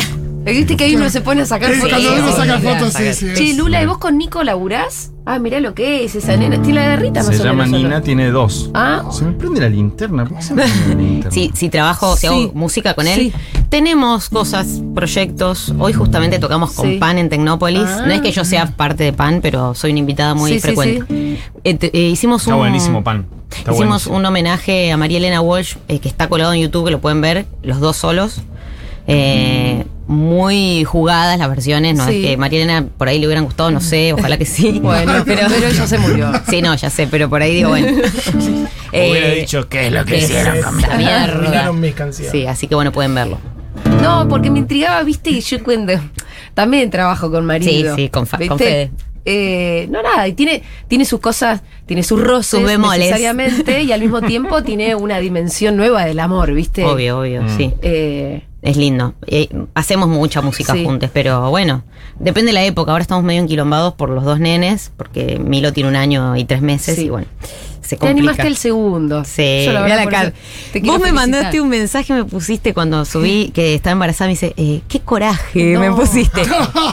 S4: ¿Viste que ahí uno se pone a sacar
S8: Sí,
S4: fotos?
S8: cuando uno saca
S5: sí,
S8: fotos,
S5: saca.
S8: sí, sí.
S4: Che, Lula, ¿y vos con Nico laburás? Ah, mirá lo que es esa nena. Tiene la garrita más
S6: Se
S4: o
S6: llama
S4: menos, ¿o no?
S6: Nina, tiene dos.
S4: Ah,
S6: Se me prende la linterna. ¿Por qué se me prende la linterna?
S5: Si, si trabajo, si hago
S4: Sí.
S5: música con él, tenemos cosas, proyectos. Hoy justamente tocamos con
S4: Sí.
S5: Pan en Tecnópolis.
S4: Ah.
S5: No es que yo sea parte de Pan, pero soy una invitada muy
S4: Sí, sí,
S5: frecuente. Eh, te- eh, hicimos
S6: Está
S5: un,
S6: buenísimo, pan. Está
S5: Hicimos
S6: buenísimo.
S5: un homenaje a María Elena Walsh, eh, que está colgado en YouTube, que lo pueden ver, los dos solos. Eh, muy jugadas las versiones, no
S4: Sí.
S5: es que María Elena por ahí le hubieran gustado, no sé, ojalá que sí.
S4: Bueno, pero, pero ella se murió.
S5: Sí, no, ya sé, pero por ahí digo, bueno.
S6: Hubiera
S5: Eh,
S6: dicho qué es lo que
S5: ¿qué es
S6: hicieron
S5: esa
S6: conmigo.
S5: mierda.
S7: Arruinaron mis canciones.
S5: Sí, así que bueno, pueden verlo.
S4: No, porque me intrigaba, viste, y yo cuento. También trabajo con marido.
S5: Sí, sí, con fa-
S4: ¿viste?
S5: con Fede.
S4: Eh, no, nada, y tiene, tiene sus cosas, tiene sus roces
S5: Sus bemoles.
S4: necesariamente, y al mismo tiempo tiene una dimensión nueva del amor, ¿viste?
S5: Obvio, obvio,
S6: Mm.
S5: sí.
S4: Eh,
S5: Es lindo. Eh, hacemos mucha música
S4: Sí.
S5: juntos, pero bueno, depende de la época. Ahora estamos medio enquilombados por los dos nenes, porque Milo tiene un año y tres meses
S4: Sí.
S5: y bueno, se
S4: te
S5: complica.
S4: animaste el segundo.
S5: Sí,
S4: Yo, la
S5: mirá
S4: verdad,
S5: la
S4: por
S5: cara.
S4: eso te quiero
S5: Vos me
S4: felicitar.
S5: mandaste un mensaje, me pusiste cuando subí que estaba embarazada, me dice, eh, qué coraje me
S4: No.
S5: pusiste.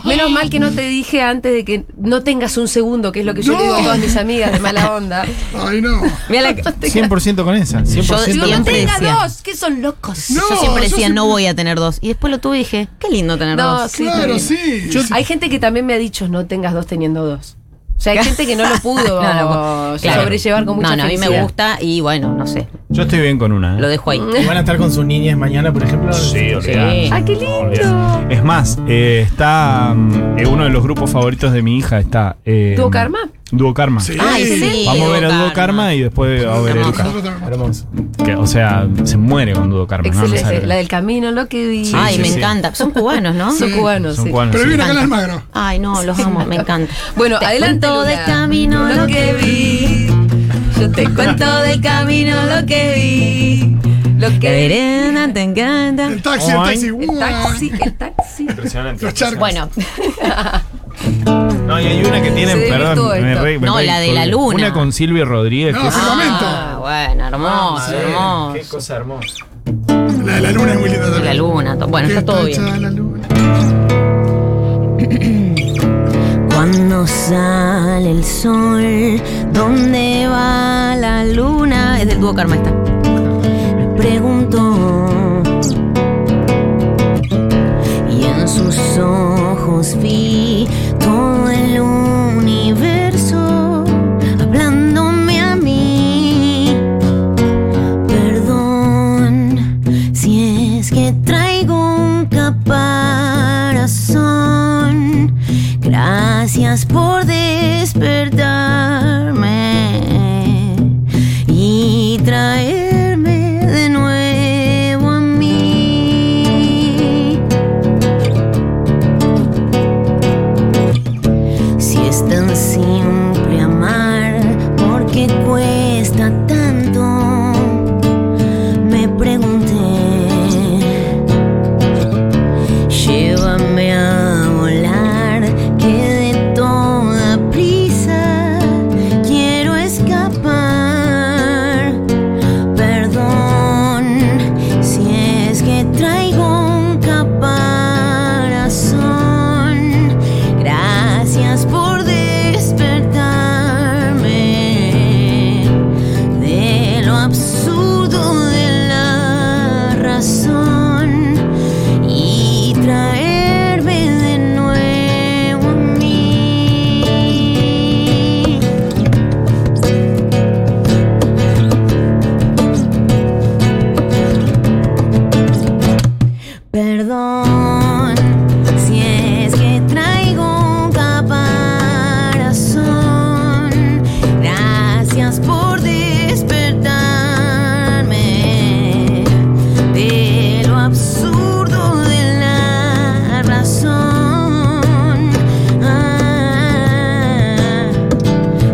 S4: Menos mal que no te dije antes de que no tengas un segundo, que es lo que yo le digo a
S8: No.
S4: todas mis amigas de mala onda.
S8: Ay, no.
S5: Mirá la-
S6: 100% con esa. 100%
S5: Yo
S4: Digo,
S6: con
S4: no
S5: siempre
S4: tengas
S5: decía.
S4: dos, que son locos.
S8: No,
S5: yo siempre decía,
S8: yo siempre-
S5: no voy a tener dos. Y después lo tuve y dije, qué lindo tener
S4: No,
S5: dos.
S4: sí, está
S8: Claro,
S4: bien.
S8: sí. Sí.
S4: Hay gente que también me ha dicho no tengas dos teniendo dos. O sea, hay gente que no lo pudo
S5: No, no, claro.
S4: sobrellevar con mucha
S5: No, no, a mí me
S4: felicidad.
S5: gusta y bueno, no sé,
S6: Yo estoy bien con una. ¿eh?
S5: lo dejo ahí.
S7: ¿Y van a estar con sus niñas mañana, por ejemplo?
S6: Sí, olvidate.
S5: Sí.
S4: ¡Ah, qué lindo!
S6: Olvidate. Es más, eh, está mm, eh, uno de los grupos favoritos de mi hija está. eh,
S4: ¿Dúo Karma?
S6: Dúo Karma.
S8: Sí.
S5: Ay, sí.
S6: Vamos a ver a
S5: Dúo
S6: Dúo Karma y después a ver
S5: Hermoso.
S6: a Eruca.
S8: Nosotros también.
S7: Hermoso.
S6: Que, o sea, se muere con Dúo Karma. ¿no? No
S4: Excelente.
S6: sabe.
S4: La del camino, lo que vi.
S6: Sí,
S5: Ay,
S6: sí,
S5: me
S6: sí.
S5: encanta. Son cubanos, ¿no?
S4: Son cubanos,
S6: Son
S4: sí.
S6: cubanos,
S8: Pero
S6: sí.
S8: viven acá en Almagro.
S5: Ay, no, los amo, me encanta.
S4: Bueno,
S5: Te
S4: adelante.
S5: cuento del
S4: Luna.
S5: camino lo que
S4: vi. Yo te cuento del camino lo que vi. Lo
S5: Que
S4: que vi.
S5: verena te encanta.
S8: El taxi, el
S6: Ay.
S8: taxi.
S4: El
S8: uh,
S4: taxi, el taxi.
S6: Impresionante.
S8: Los charcos.
S5: Bueno,
S6: No, y hay una que tienen,
S4: Se
S6: perdón.
S4: divirtió
S6: me
S4: esto.
S6: re- me
S5: No,
S6: re-
S5: la de la
S6: colgué.
S5: luna.
S6: Una con Silvio Rodríguez.
S8: No,
S6: que es-
S8: firmamento.
S5: Ah, bueno, hermoso,
S6: Sí,
S5: hermoso.
S6: Qué cosa hermosa.
S8: La de la luna es muy linda
S5: La
S8: también.
S5: luna, to- bueno,
S8: Que
S5: está todo
S8: hecha
S5: bien.
S8: la luna.
S5: Cuando sale el sol, ¿dónde va la luna? Es del dúo Karma esta. Me preguntó. Y en sus ojos vi todo el universo hablándome a mí. Perdón si es que traigo un caparazón. Gracias por despertarme y traerme de nuevo a mí. Si es tan simple amar, ¿por qué cuesta tanto? Me pregunté. Llévame a volar, que de toda prisa quiero escapar. Perdón si es que traigo un caparazón. Gracias por despertarme de lo absurdo de la razón y traerme de nuevo a mí. Perdón si es que traigo un caparazón. Gracias por despertarme de lo absurdo de la razón. Ah.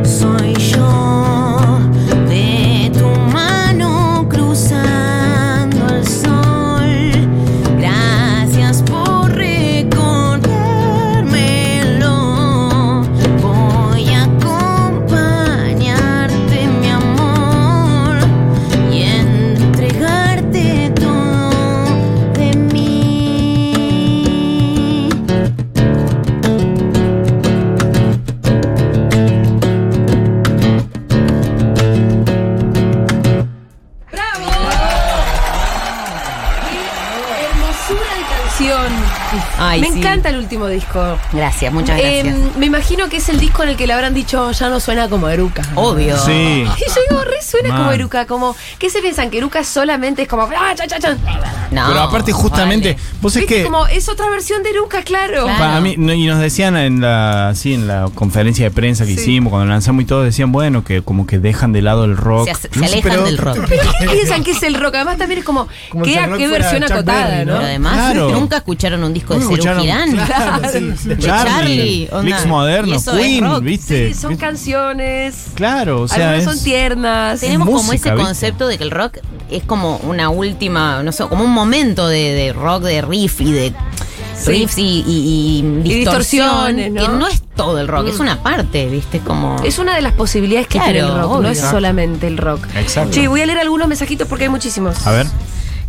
S5: Soy yo de tu mano cruzando el sol. Gracias por recordármelo. Voy a acompañarte, mi amor, y entregarte todo de mí.
S4: Hermosura de canción.
S5: Ay,
S4: me
S5: sí.
S4: encanta el último disco.
S5: Gracias, muchas gracias.
S4: Em, me imagino que es el disco en el que le habrán dicho ya no suena como Eruca.
S5: Obvio.
S6: Sí.
S4: Y yo digo, re suena
S6: Mal.
S4: como Eruca, como. ¿Qué se piensan? Que Eruca solamente es como. ah, cha, cha, cha?
S5: No,
S6: Pero aparte, justamente,
S5: vale.
S6: vos es
S4: ¿Viste?
S6: que.
S4: Como es otra versión de Eruca, claro.
S5: Claro.
S6: Para mí, no, y nos decían en la, sí, en la conferencia de prensa que
S4: Sí.
S6: hicimos, cuando lanzamos y todo, decían, bueno, que como que dejan de lado el rock.
S5: Se, hace- se
S6: No sé,
S5: alejan
S6: pero-
S5: del rock.
S4: ¿Qué piensan que es el rock? Además, también es como.
S7: Como si
S4: ¿Qué,
S7: el rock
S4: qué
S7: fuera
S4: versión
S7: Chuck
S4: acotada,
S7: Berry,
S4: no?
S5: Pero además,
S6: Claro.
S5: nunca escucharon un disco de
S6: Nunca
S5: Serú
S6: escucharon-
S5: Girán.
S7: Claro, sí, sí.
S6: De
S5: Charlie,
S6: Charlie,
S5: onda.
S6: Mix
S5: Y
S6: Moderno,
S5: eso es rock.
S6: Queen, ¿viste?
S4: Sí, son canciones.
S6: claro, o sea.
S4: Algunas son
S6: es-
S4: tiernas.
S5: Tenemos como
S6: música,
S5: ese
S6: ¿viste?
S5: concepto de que el rock es como una última, no sé, como un momento de, de rock, de riff y de
S4: Sí.
S5: riffs y, y- y
S4: Y
S5: distorsión,
S4: distorsiones, ¿no?
S5: que no es todo el rock, es
S4: Mm.
S5: una parte, ¿viste? Como
S4: Es una de las posibilidades que
S5: Claro,
S4: tiene el rock,
S5: obvio.
S4: no es solamente el rock.
S6: Exacto.
S4: Che, voy a leer algunos mensajitos porque hay muchísimos.
S6: A ver.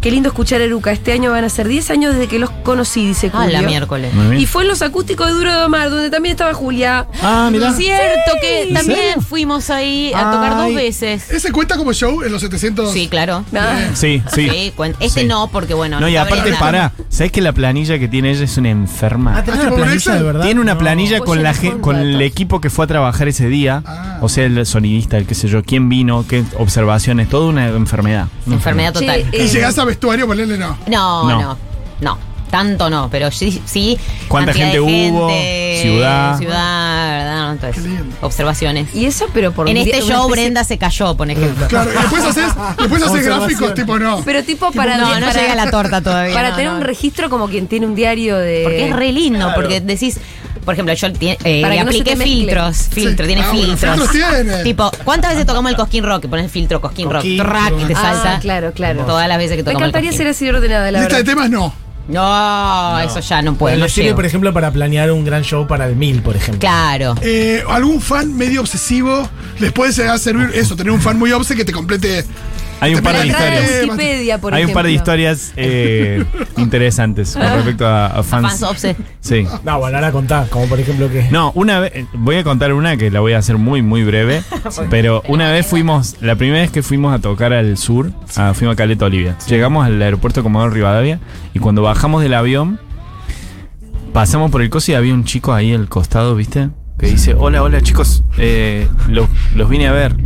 S4: Qué lindo escuchar a Eruca. Este año van a ser 10 años desde que los conocí, dice
S5: Ah, la
S4: Julio.
S5: miércoles.
S6: Muy bien.
S4: Y fue en los acústicos de Duro de Omar, donde también estaba Julia.
S6: Ah, mirá.
S5: Cierto que
S6: ¿En
S5: también
S6: serio?
S5: fuimos ahí a tocar
S6: Ay.
S5: dos veces.
S8: ¿Ese cuenta como show en los 700?
S5: Sí, claro.
S4: Ah,
S6: Sí, sí.
S5: Sí, cuen- este
S6: Sí.
S5: no, porque bueno.
S6: No, y
S5: cabría
S6: aparte,
S5: nada.
S6: pará. ¿Sabes que la planilla que tiene ella es una enferma?
S7: Ah, ¿tenés
S8: Ah,
S7: una
S8: ¿tipo
S7: planilla
S8: Excel?
S7: de verdad?
S6: Tiene una
S7: No.
S6: planilla
S4: Oye,
S5: Pues
S6: con, la,
S4: no
S6: gen-
S4: son
S6: con
S4: datos.
S6: el equipo que fue a trabajar ese día.
S8: Ah.
S6: O sea, el sonidista, el qué sé yo, quién vino, qué observaciones, toda una enfermedad. Una
S5: Enfermedad total.
S4: Che,
S8: Y
S4: eh,
S8: llegás a vestuario, ponele no.
S5: No, no,
S6: No.
S5: no. Tanto no, pero sí. sí
S6: ¿Cuánta
S5: cantidad
S6: gente
S5: de
S6: hubo?
S5: gente,
S6: Ciudad.
S5: Ciudad, ¿verdad? Entonces, observaciones.
S4: Y eso, pero por
S5: en
S4: un
S5: este
S4: día- una
S5: show,
S4: especie-
S5: Brenda se cayó, por ejemplo.
S8: Claro, y después haces, después haces gráficos tipo no.
S4: Pero tipo para.
S5: no, no
S4: para-
S5: llega la torta todavía.
S4: Para
S5: no,
S4: tener
S5: no.
S4: un registro como quien tiene un diario de.
S5: Porque es re lindo, porque decís, por ejemplo, yo ti- eh,
S4: Para
S5: le
S4: que no se
S5: apliqué
S4: te mezcle.
S5: filtros, filtro,
S8: Sí.
S5: tiene
S8: Ah, bueno,
S5: filtros.
S8: filtros tiene.
S5: Tipo, ¿cuántas veces tocamos el cosquín rock? Pones el filtro cosquín,
S7: Cosquín,
S5: rock, track, y te
S4: Ah,
S5: salta.
S4: claro, claro.
S5: Todas las veces que
S4: Me
S5: tocamos el
S4: encantaría
S5: cosquín.
S4: ser así ordenada, la
S8: Lista de
S4: verdad.
S8: temas no.
S5: No, eso ya no puede.
S7: Bueno,
S5: No
S7: nos sirve,
S5: llego.
S7: por ejemplo, para planear un gran show para el mil, por ejemplo.
S5: Claro.
S8: Eh, algún fan medio obsesivo les puede llegar a servir eso, tener un fan muy obse que te complete.
S6: Hay un
S8: Te
S6: par
S8: para
S6: de
S8: la
S4: Tratar
S8: historia.
S6: historias.
S4: la Wikipedia, por
S6: Hay un par de
S4: ejemplo.
S6: historias eh, interesantes con respecto a, a fans.
S5: fans obses.
S6: Sí.
S7: No, bueno, ahora contá, como por ejemplo que.
S6: No, una vez, voy a contar una que la voy a hacer muy, muy breve. pero una vez fuimos, la primera vez que fuimos a tocar al sur, a- fuimos a Caleta Olivia. Llegamos al aeropuerto Comodoro Rivadavia y cuando bajamos del avión, pasamos por el coso y había un chico ahí al costado, ¿viste? Que dice, hola, hola chicos, eh, los, los vine a ver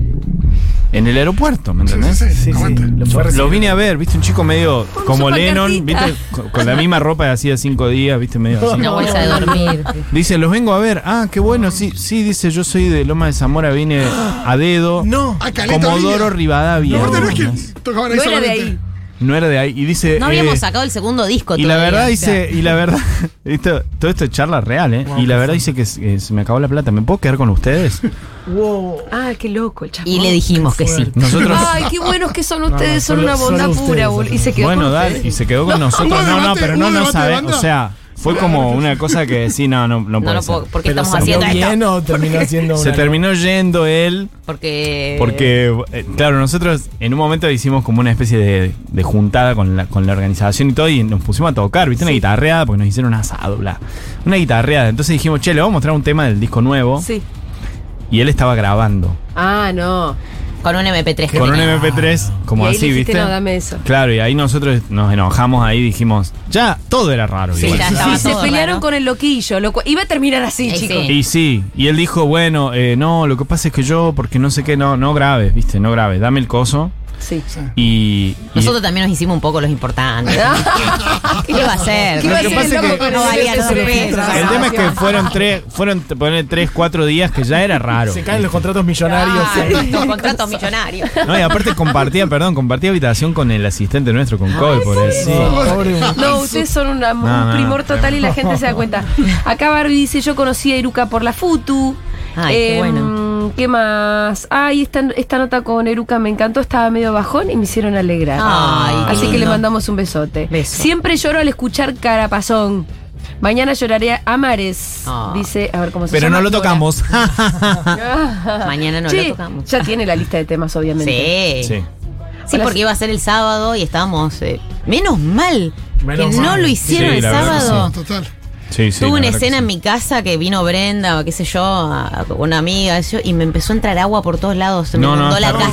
S6: en el aeropuerto, ¿me entendés?
S8: Sí, sí, sí, aguante.
S7: Lo fue a
S6: Lo
S7: recibir.
S6: vine a ver, viste, un chico medio
S4: Con
S6: como
S4: su
S6: Lennon,
S4: pancartita.
S6: viste, con, con la misma ropa de hacía cinco días, viste, medio así.
S5: Una bolsa de dormir.
S6: Dice, los vengo a ver. Ah, qué bueno, sí, sí, dice, yo soy de Loma de Zamora, vine a dedo.
S7: No.
S8: A Ah, Caleta
S6: Comodoro
S8: Olivia.
S6: Rivadavia.
S8: No, aparte no es que tocaban
S4: No
S8: ahí
S4: era de
S8: solamente.
S4: ahí.
S6: No era de ahí. Y dice.
S5: No
S6: eh,
S5: habíamos sacado el segundo disco
S6: Y la
S5: todavía,
S6: verdad
S5: o
S6: dice, y la verdad, esto, todo esto es charla real, ¿eh? y la verdad dice que se, eh, se me acabó la plata. ¿Me puedo quedar con ustedes?
S7: Wow.
S4: Ah, qué loco el chavo.
S5: Y le dijimos que sí.
S6: Nosotros.
S4: Ay, qué buenos que son
S7: No, no,
S4: ustedes, son
S7: solo-
S4: una bondad
S7: solo
S4: pura,
S7: ustedes,
S4: boludo. Y se quedó
S6: Bueno,
S4: con
S6: dale,
S4: ustedes.
S6: y se quedó con nosotros.
S8: ¿Hubo
S6: No, no,
S8: debate?
S6: pero no,
S8: ¿Hubo
S6: no
S8: debate de
S6: sabe.
S8: banda?
S6: O sea, fue como una cosa que sí, no, no, no
S5: No
S6: puede
S5: lo
S6: ser.
S5: puedo, porque
S7: Pero
S5: estamos
S7: salió
S5: haciendo esto.
S7: bien o terminó haciendo
S6: Se
S7: una-
S6: terminó yendo él
S5: Porque.
S6: Porque, eh, claro, nosotros en un momento hicimos como una especie de, de juntada con la, con la organización y todo, y nos pusimos a tocar, ¿viste? Una guitarreada, porque nos hicieron un asado, bla. Una guitarreada. Entonces dijimos, che, le vamos a mostrar un tema del disco nuevo.
S4: Sí.
S6: Y él estaba grabando
S4: Ah, no.
S5: Con un MP3 que
S6: con un
S5: tenía.
S6: MP3, como
S4: y ahí
S6: así,
S4: le dijiste,
S6: ¿viste?
S4: No, dame eso.
S6: Claro, y ahí nosotros nos enojamos, ahí dijimos, ya, todo era raro.
S5: Sí,
S6: igual.
S5: ya estaba
S4: Y se
S5: todo
S4: pelearon
S5: raro.
S4: con el loquillo, lo cual iba a terminar así,
S5: Eh,
S4: chicos.
S5: sí.
S6: Y sí, y él dijo, bueno, eh, no, lo que pasa es que yo, porque no sé qué, no, no grabes, ¿viste? No grabes, dame el coso.
S4: Sí.
S6: Y, y-
S5: Nosotros también nos hicimos un poco los importantes. ¿Qué iba a hacer?
S4: ¿Qué iba a
S5: Lo que
S4: hacer
S5: pasa
S4: el
S5: es
S4: loco
S5: que
S4: con el
S5: no valía
S4: MP3?
S5: dos pesos.
S6: El tema es que fueron tres, fueron poner tres, cuatro días que ya era raro.
S7: Se caen los contratos millonarios.
S5: Claro, con Ah, contratos millonarios.
S6: No, y aparte compartía, perdón, compartía habitación con el asistente nuestro, con Cole, por él. Sí.
S7: No, pobre.
S4: No, ustedes son una-
S6: No,
S4: un
S6: no,
S4: primor
S6: no,
S4: total y la gente se da cuenta. Acá Barbie dice, yo conocí a Eruca por la Futu.
S5: Ay,
S4: Em,
S5: qué bueno.
S4: ¿Qué más? Ay, esta, esta nota con Eruca me encantó, estaba medio bajón y me hicieron alegrar.
S5: Ay, qué
S4: Así que le
S5: lindo.
S4: mandamos un besote.
S5: Beso.
S4: Siempre lloro al escuchar Carapazón. Mañana lloraré a mares.
S5: Ah.
S4: Dice, a ver cómo se
S6: Pero
S4: llama.
S6: no lo tocamos.
S5: Mañana no
S4: Che,
S5: lo tocamos.
S4: Ya tiene la lista de temas, obviamente.
S5: Sí.
S6: Sí.
S5: Sí, porque iba a ser el sábado y estábamos. eh, menos mal
S7: Menos
S5: que
S7: mal.
S5: no lo hicieron
S6: Sí,
S5: el
S6: la verdad que
S5: sábado.
S8: Ah, Total.
S6: Sí, sí,
S5: Tuve
S6: la
S5: una
S6: verdad que
S5: escena
S6: sí.
S5: en mi casa que vino Brenda o qué sé yo, a- con una amiga eso, y me empezó a entrar agua por todos lados. Se me
S6: No, no,
S5: inundó la
S6: está bien.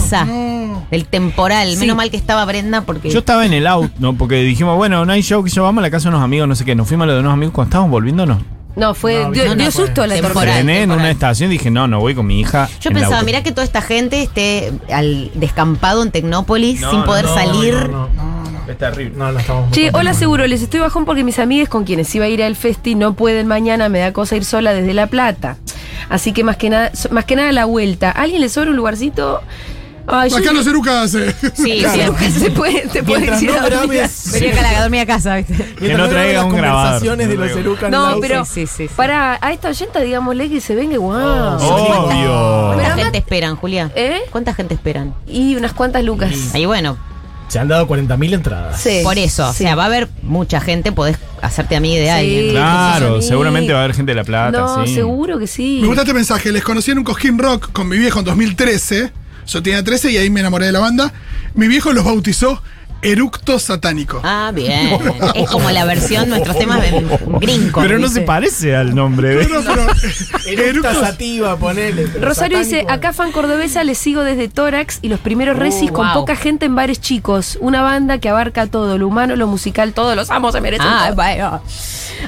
S5: casa. El temporal.
S6: Sí.
S5: Menos mal que estaba Brenda porque.
S6: Yo estaba en el auto, ¿no? Porque dijimos, bueno, no hay show, que yo vamos a la casa de unos amigos, no sé qué. Nos fuimos a lo de unos amigos. Cuando estábamos volviéndonos,
S4: No, fue.
S7: No,
S4: dio,
S7: no,
S4: dio
S7: no fue.
S4: susto a la
S5: Temporal.
S4: tormenta.
S6: Frené en una
S5: temporal.
S6: estación y dije, no, no voy con mi hija.
S5: Yo
S6: en el
S5: pensaba,
S6: auto.
S5: mirá que toda esta gente esté al descampado en Tecnópolis
S6: No,
S5: sin poder
S6: no,
S5: salir.
S7: No, no,
S6: Es terrible.
S7: no, no estamos. muy
S4: Che, hola
S7: contentos.
S4: seguro, les estoy bajón porque mis amigas con quienes iba a ir al festi no pueden mañana, me da cosa ir sola desde La Plata. Así que más que nada, so- más que nada la vuelta. ¿A ¿Alguien le sobra un lugarcito? Ay, yo-
S8: Acá no se educa hace.
S5: Sí,
S4: Sí,
S5: sí.
S4: Lucas, se puede, te puede
S7: Mientras
S4: decir
S7: no
S4: a dormir.
S7: grabes.
S5: Venía acá a la- a dormir a casa, ¿viste?
S6: Que no traiga
S7: las
S6: un grabador.
S7: conversaciones de los Erucan
S4: No,
S7: Loud.
S4: pero
S5: Sí, sí, Oh. sí.
S4: para a esta oyenta, digámosle que se venga guau.
S6: Obvio.
S5: ¿Cuánta
S4: Pero
S5: gente
S4: anda-
S5: esperan, Julia?
S4: ¿Eh?
S5: ¿Cuánta gente esperan?
S4: Y unas cuantas lucas.
S5: Ahí bueno,
S7: Se han dado 40.000 entradas.
S4: Sí.
S5: por eso. O
S4: Sí.
S5: sea, va a haber mucha gente, podés hacerte amiga de
S4: Sí.
S5: alguien.
S4: que
S6: Claro,
S4: sos
S6: seguramente
S4: amigo.
S6: va a haber gente de La Plata.
S4: No,
S6: Ah, sí.
S4: seguro que sí.
S8: Me gusta este mensaje. Les conocí en un cosquín rock con mi viejo en 2013. Yo tenía 13 y ahí me enamoré de la banda. Mi viejo los bautizó Eructo Satánico.
S5: Ah, bien. Es como la versión, nuestros temas de Grinco.
S6: Pero no se parece al nombre de.
S8: No, no, pero-
S7: Eructa
S8: Eructo
S7: sativa, ponele. pero
S4: Rosario dice,
S7: satánico.
S4: acá fan cordobesa les sigo desde Tórax y los primeros resis con
S5: Uh, wow.
S4: poca gente en bares chicos. Una banda que abarca todo, lo humano, lo musical, todo, los amos se merecen.
S5: Ah,
S4: todo.
S5: bueno.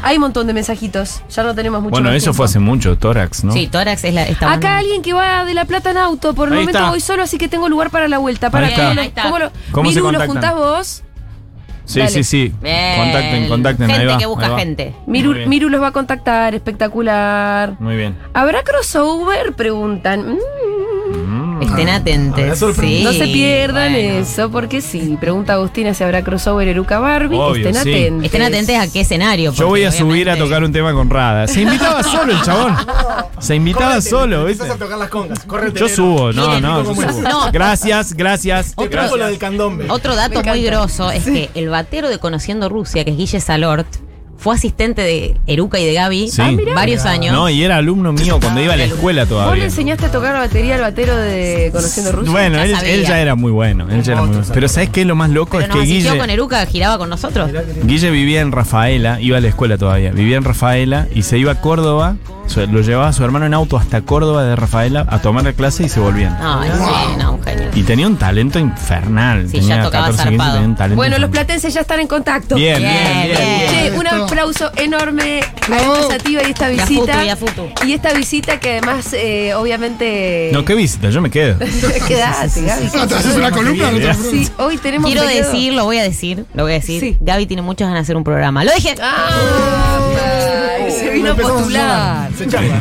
S4: Hay un montón de mensajitos, ya no tenemos mucho
S6: Bueno,
S4: más
S6: eso
S4: tiempo.
S6: fue hace mucho, Tórax, ¿no?
S5: Sí, Tórax es la, esta
S4: Acá
S5: banda.
S4: alguien que va de La Plata en auto, por el
S6: Ahí
S4: momento
S6: está.
S4: voy solo, así que tengo lugar para la vuelta. Para
S6: Ahí está.
S4: que-
S6: Ahí
S5: está.
S4: ¿Cómo lo,
S6: ¿Cómo se
S4: Miru, ¿lo
S6: contactan?
S4: juntás vos?
S6: Sí,
S4: Dale.
S6: sí, sí.
S5: Bien.
S6: Contacten, contacten.
S5: Gente
S6: ahí va,
S5: que busca
S6: ahí va.
S5: gente.
S6: Muy
S4: Miru,
S6: bien.
S4: Miru los va a contactar, espectacular.
S6: Muy bien.
S4: ¿Habrá crossover? Preguntan. Mm.
S5: Estén
S7: Habrá
S5: atentos.
S7: sorpresa.
S5: sí,
S4: No se pierdan eh.
S5: bueno.
S4: eso, porque sí. Pregunta Agustina si habrá crossover Eruca Barbie.
S6: Obvio,
S4: Estén
S6: sí.
S4: atentos.
S5: Estén atentos a qué escenario.
S6: Yo voy a
S5: porque
S6: subir a
S5: obviamente-
S6: tocar un tema con Rada. Se invitaba solo el chabón. Se invitaba
S7: Córrete,
S6: solo,
S7: empezás
S6: ¿viste?
S7: a tocar las congas. Córrete,
S6: Yo
S7: nena.
S6: subo, no,
S5: Miren,
S6: no.
S7: Nico,
S6: yo
S7: ¿cómo
S6: subo.
S5: estás? No.
S6: Gracias, gracias.
S7: Te trajo lo del candombe.
S5: Otro dato muy grosso es que el batero de Conociendo Rusia, que es Guille Salort, fue asistente de Eruca y de Gaby
S6: Sí. Ah, mirá.
S5: varios años.
S6: No, y era alumno mío cuando iba a la escuela
S4: ¿Vos le
S6: todavía.
S4: enseñaste a tocar la batería al batero de Conociendo Rusia?
S6: Bueno,
S5: Ya
S6: él,
S5: sabía.
S6: él ya era muy bueno. Él ya era muy bueno. Pero ¿sabes qué? Lo más loco
S5: pero
S6: es que
S5: nos asistió con
S6: Guille,
S5: Eruca, giraba con nosotros.
S6: Guille vivía en Rafaela, iba a la escuela todavía, vivía en Rafaela y se iba a Córdoba, su- lo llevaba a su hermano en auto hasta Córdoba de Rafaela a tomar la clase y se volvían.
S5: Ay, sí, no, Ah, un genio.
S6: Y tenía un talento infernal.
S5: Sí,
S6: tenía
S5: ya tocaba
S6: 14, 15,
S5: zarpado.
S6: tenía un talento
S4: Bueno, los
S6: infernal.
S4: platenses ya están en contacto.
S6: Bien, bien, bien.
S5: Bien,
S6: bien.
S4: Che, un
S8: Esto.
S4: aplauso enorme a
S8: Bravo.
S4: esta sativa y esta
S5: Y a
S4: visita.
S5: Futu, y a Futu.
S4: Y esta visita que además, eh, obviamente.
S6: No, qué visita, yo me quedo.
S4: Quedate, Gaby.
S8: Ah, ¿te haces una columna?
S6: bien,
S8: No te-
S4: Sí, hoy tenemos.
S5: Quiero
S4: periodo-
S5: decir, lo voy a decir, lo voy a decir.
S4: Sí.
S5: Gaby tiene muchas ganas de hacer un programa. Lo dije.
S4: Ah, ay, se vino a
S7: Empezamos
S4: postular.
S7: Se charla.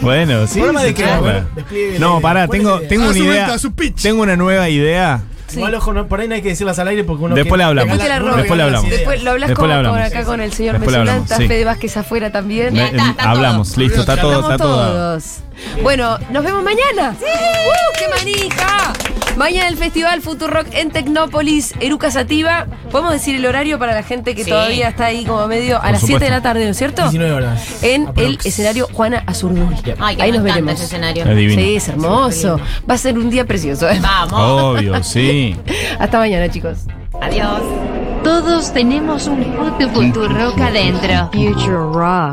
S6: Bueno, sí.
S7: Programa de
S6: sí,
S7: qué,
S6: charla.
S7: a ver, despliegue.
S6: No, pará,
S7: ¿Cuál
S6: tengo,
S7: es la idea?
S6: tengo
S8: Ah,
S6: una
S8: su
S6: idea.
S8: venta, su pitch.
S6: Tengo una nueva idea.
S7: Igual, ojo, no, por ahí no hay que decirlas al aire porque uno.
S6: Después la hablamos.
S4: Después la
S7: uno
S4: hablamos.
S6: Después la
S7: regala las
S6: hablamos.
S7: ideas.
S4: Después lo hablas
S6: Después
S4: con,
S6: la hablamos.
S4: por acá con el señor
S6: Después la hablamos,
S4: Mesulanta,
S6: sí.
S4: Fede Vázquez afuera también.
S5: Ya está, está
S6: em, hablamos,
S5: todo.
S6: listo, está todo,
S4: Hablamos
S6: está todo.
S4: todos. Bueno, nos vemos mañana. ¡Sí! ¡Qué manija! Mañana el Festival Futurock en Tecnópolis, Eruca Sativa. ¿Podemos decir el horario para la gente que
S5: Sí.
S4: todavía está ahí como medio a
S6: Por
S4: las 7 de
S6: supuesto.
S4: la tarde, ¿no es cierto?
S7: 19 horas.
S4: En el
S7: Aprox.
S4: escenario Juana Azurduy.
S5: Ay, que
S4: Ahí
S5: me
S4: nos
S5: encanta
S4: veremos.
S5: ese escenario.
S6: Es divino.
S4: Sí, es hermoso. Va a ser un día precioso.
S5: Vamos.
S6: Obvio, sí.
S4: Hasta mañana, chicos.
S5: Adiós.
S2: Todos tenemos un futuro rock adentro.
S1: Future Rock.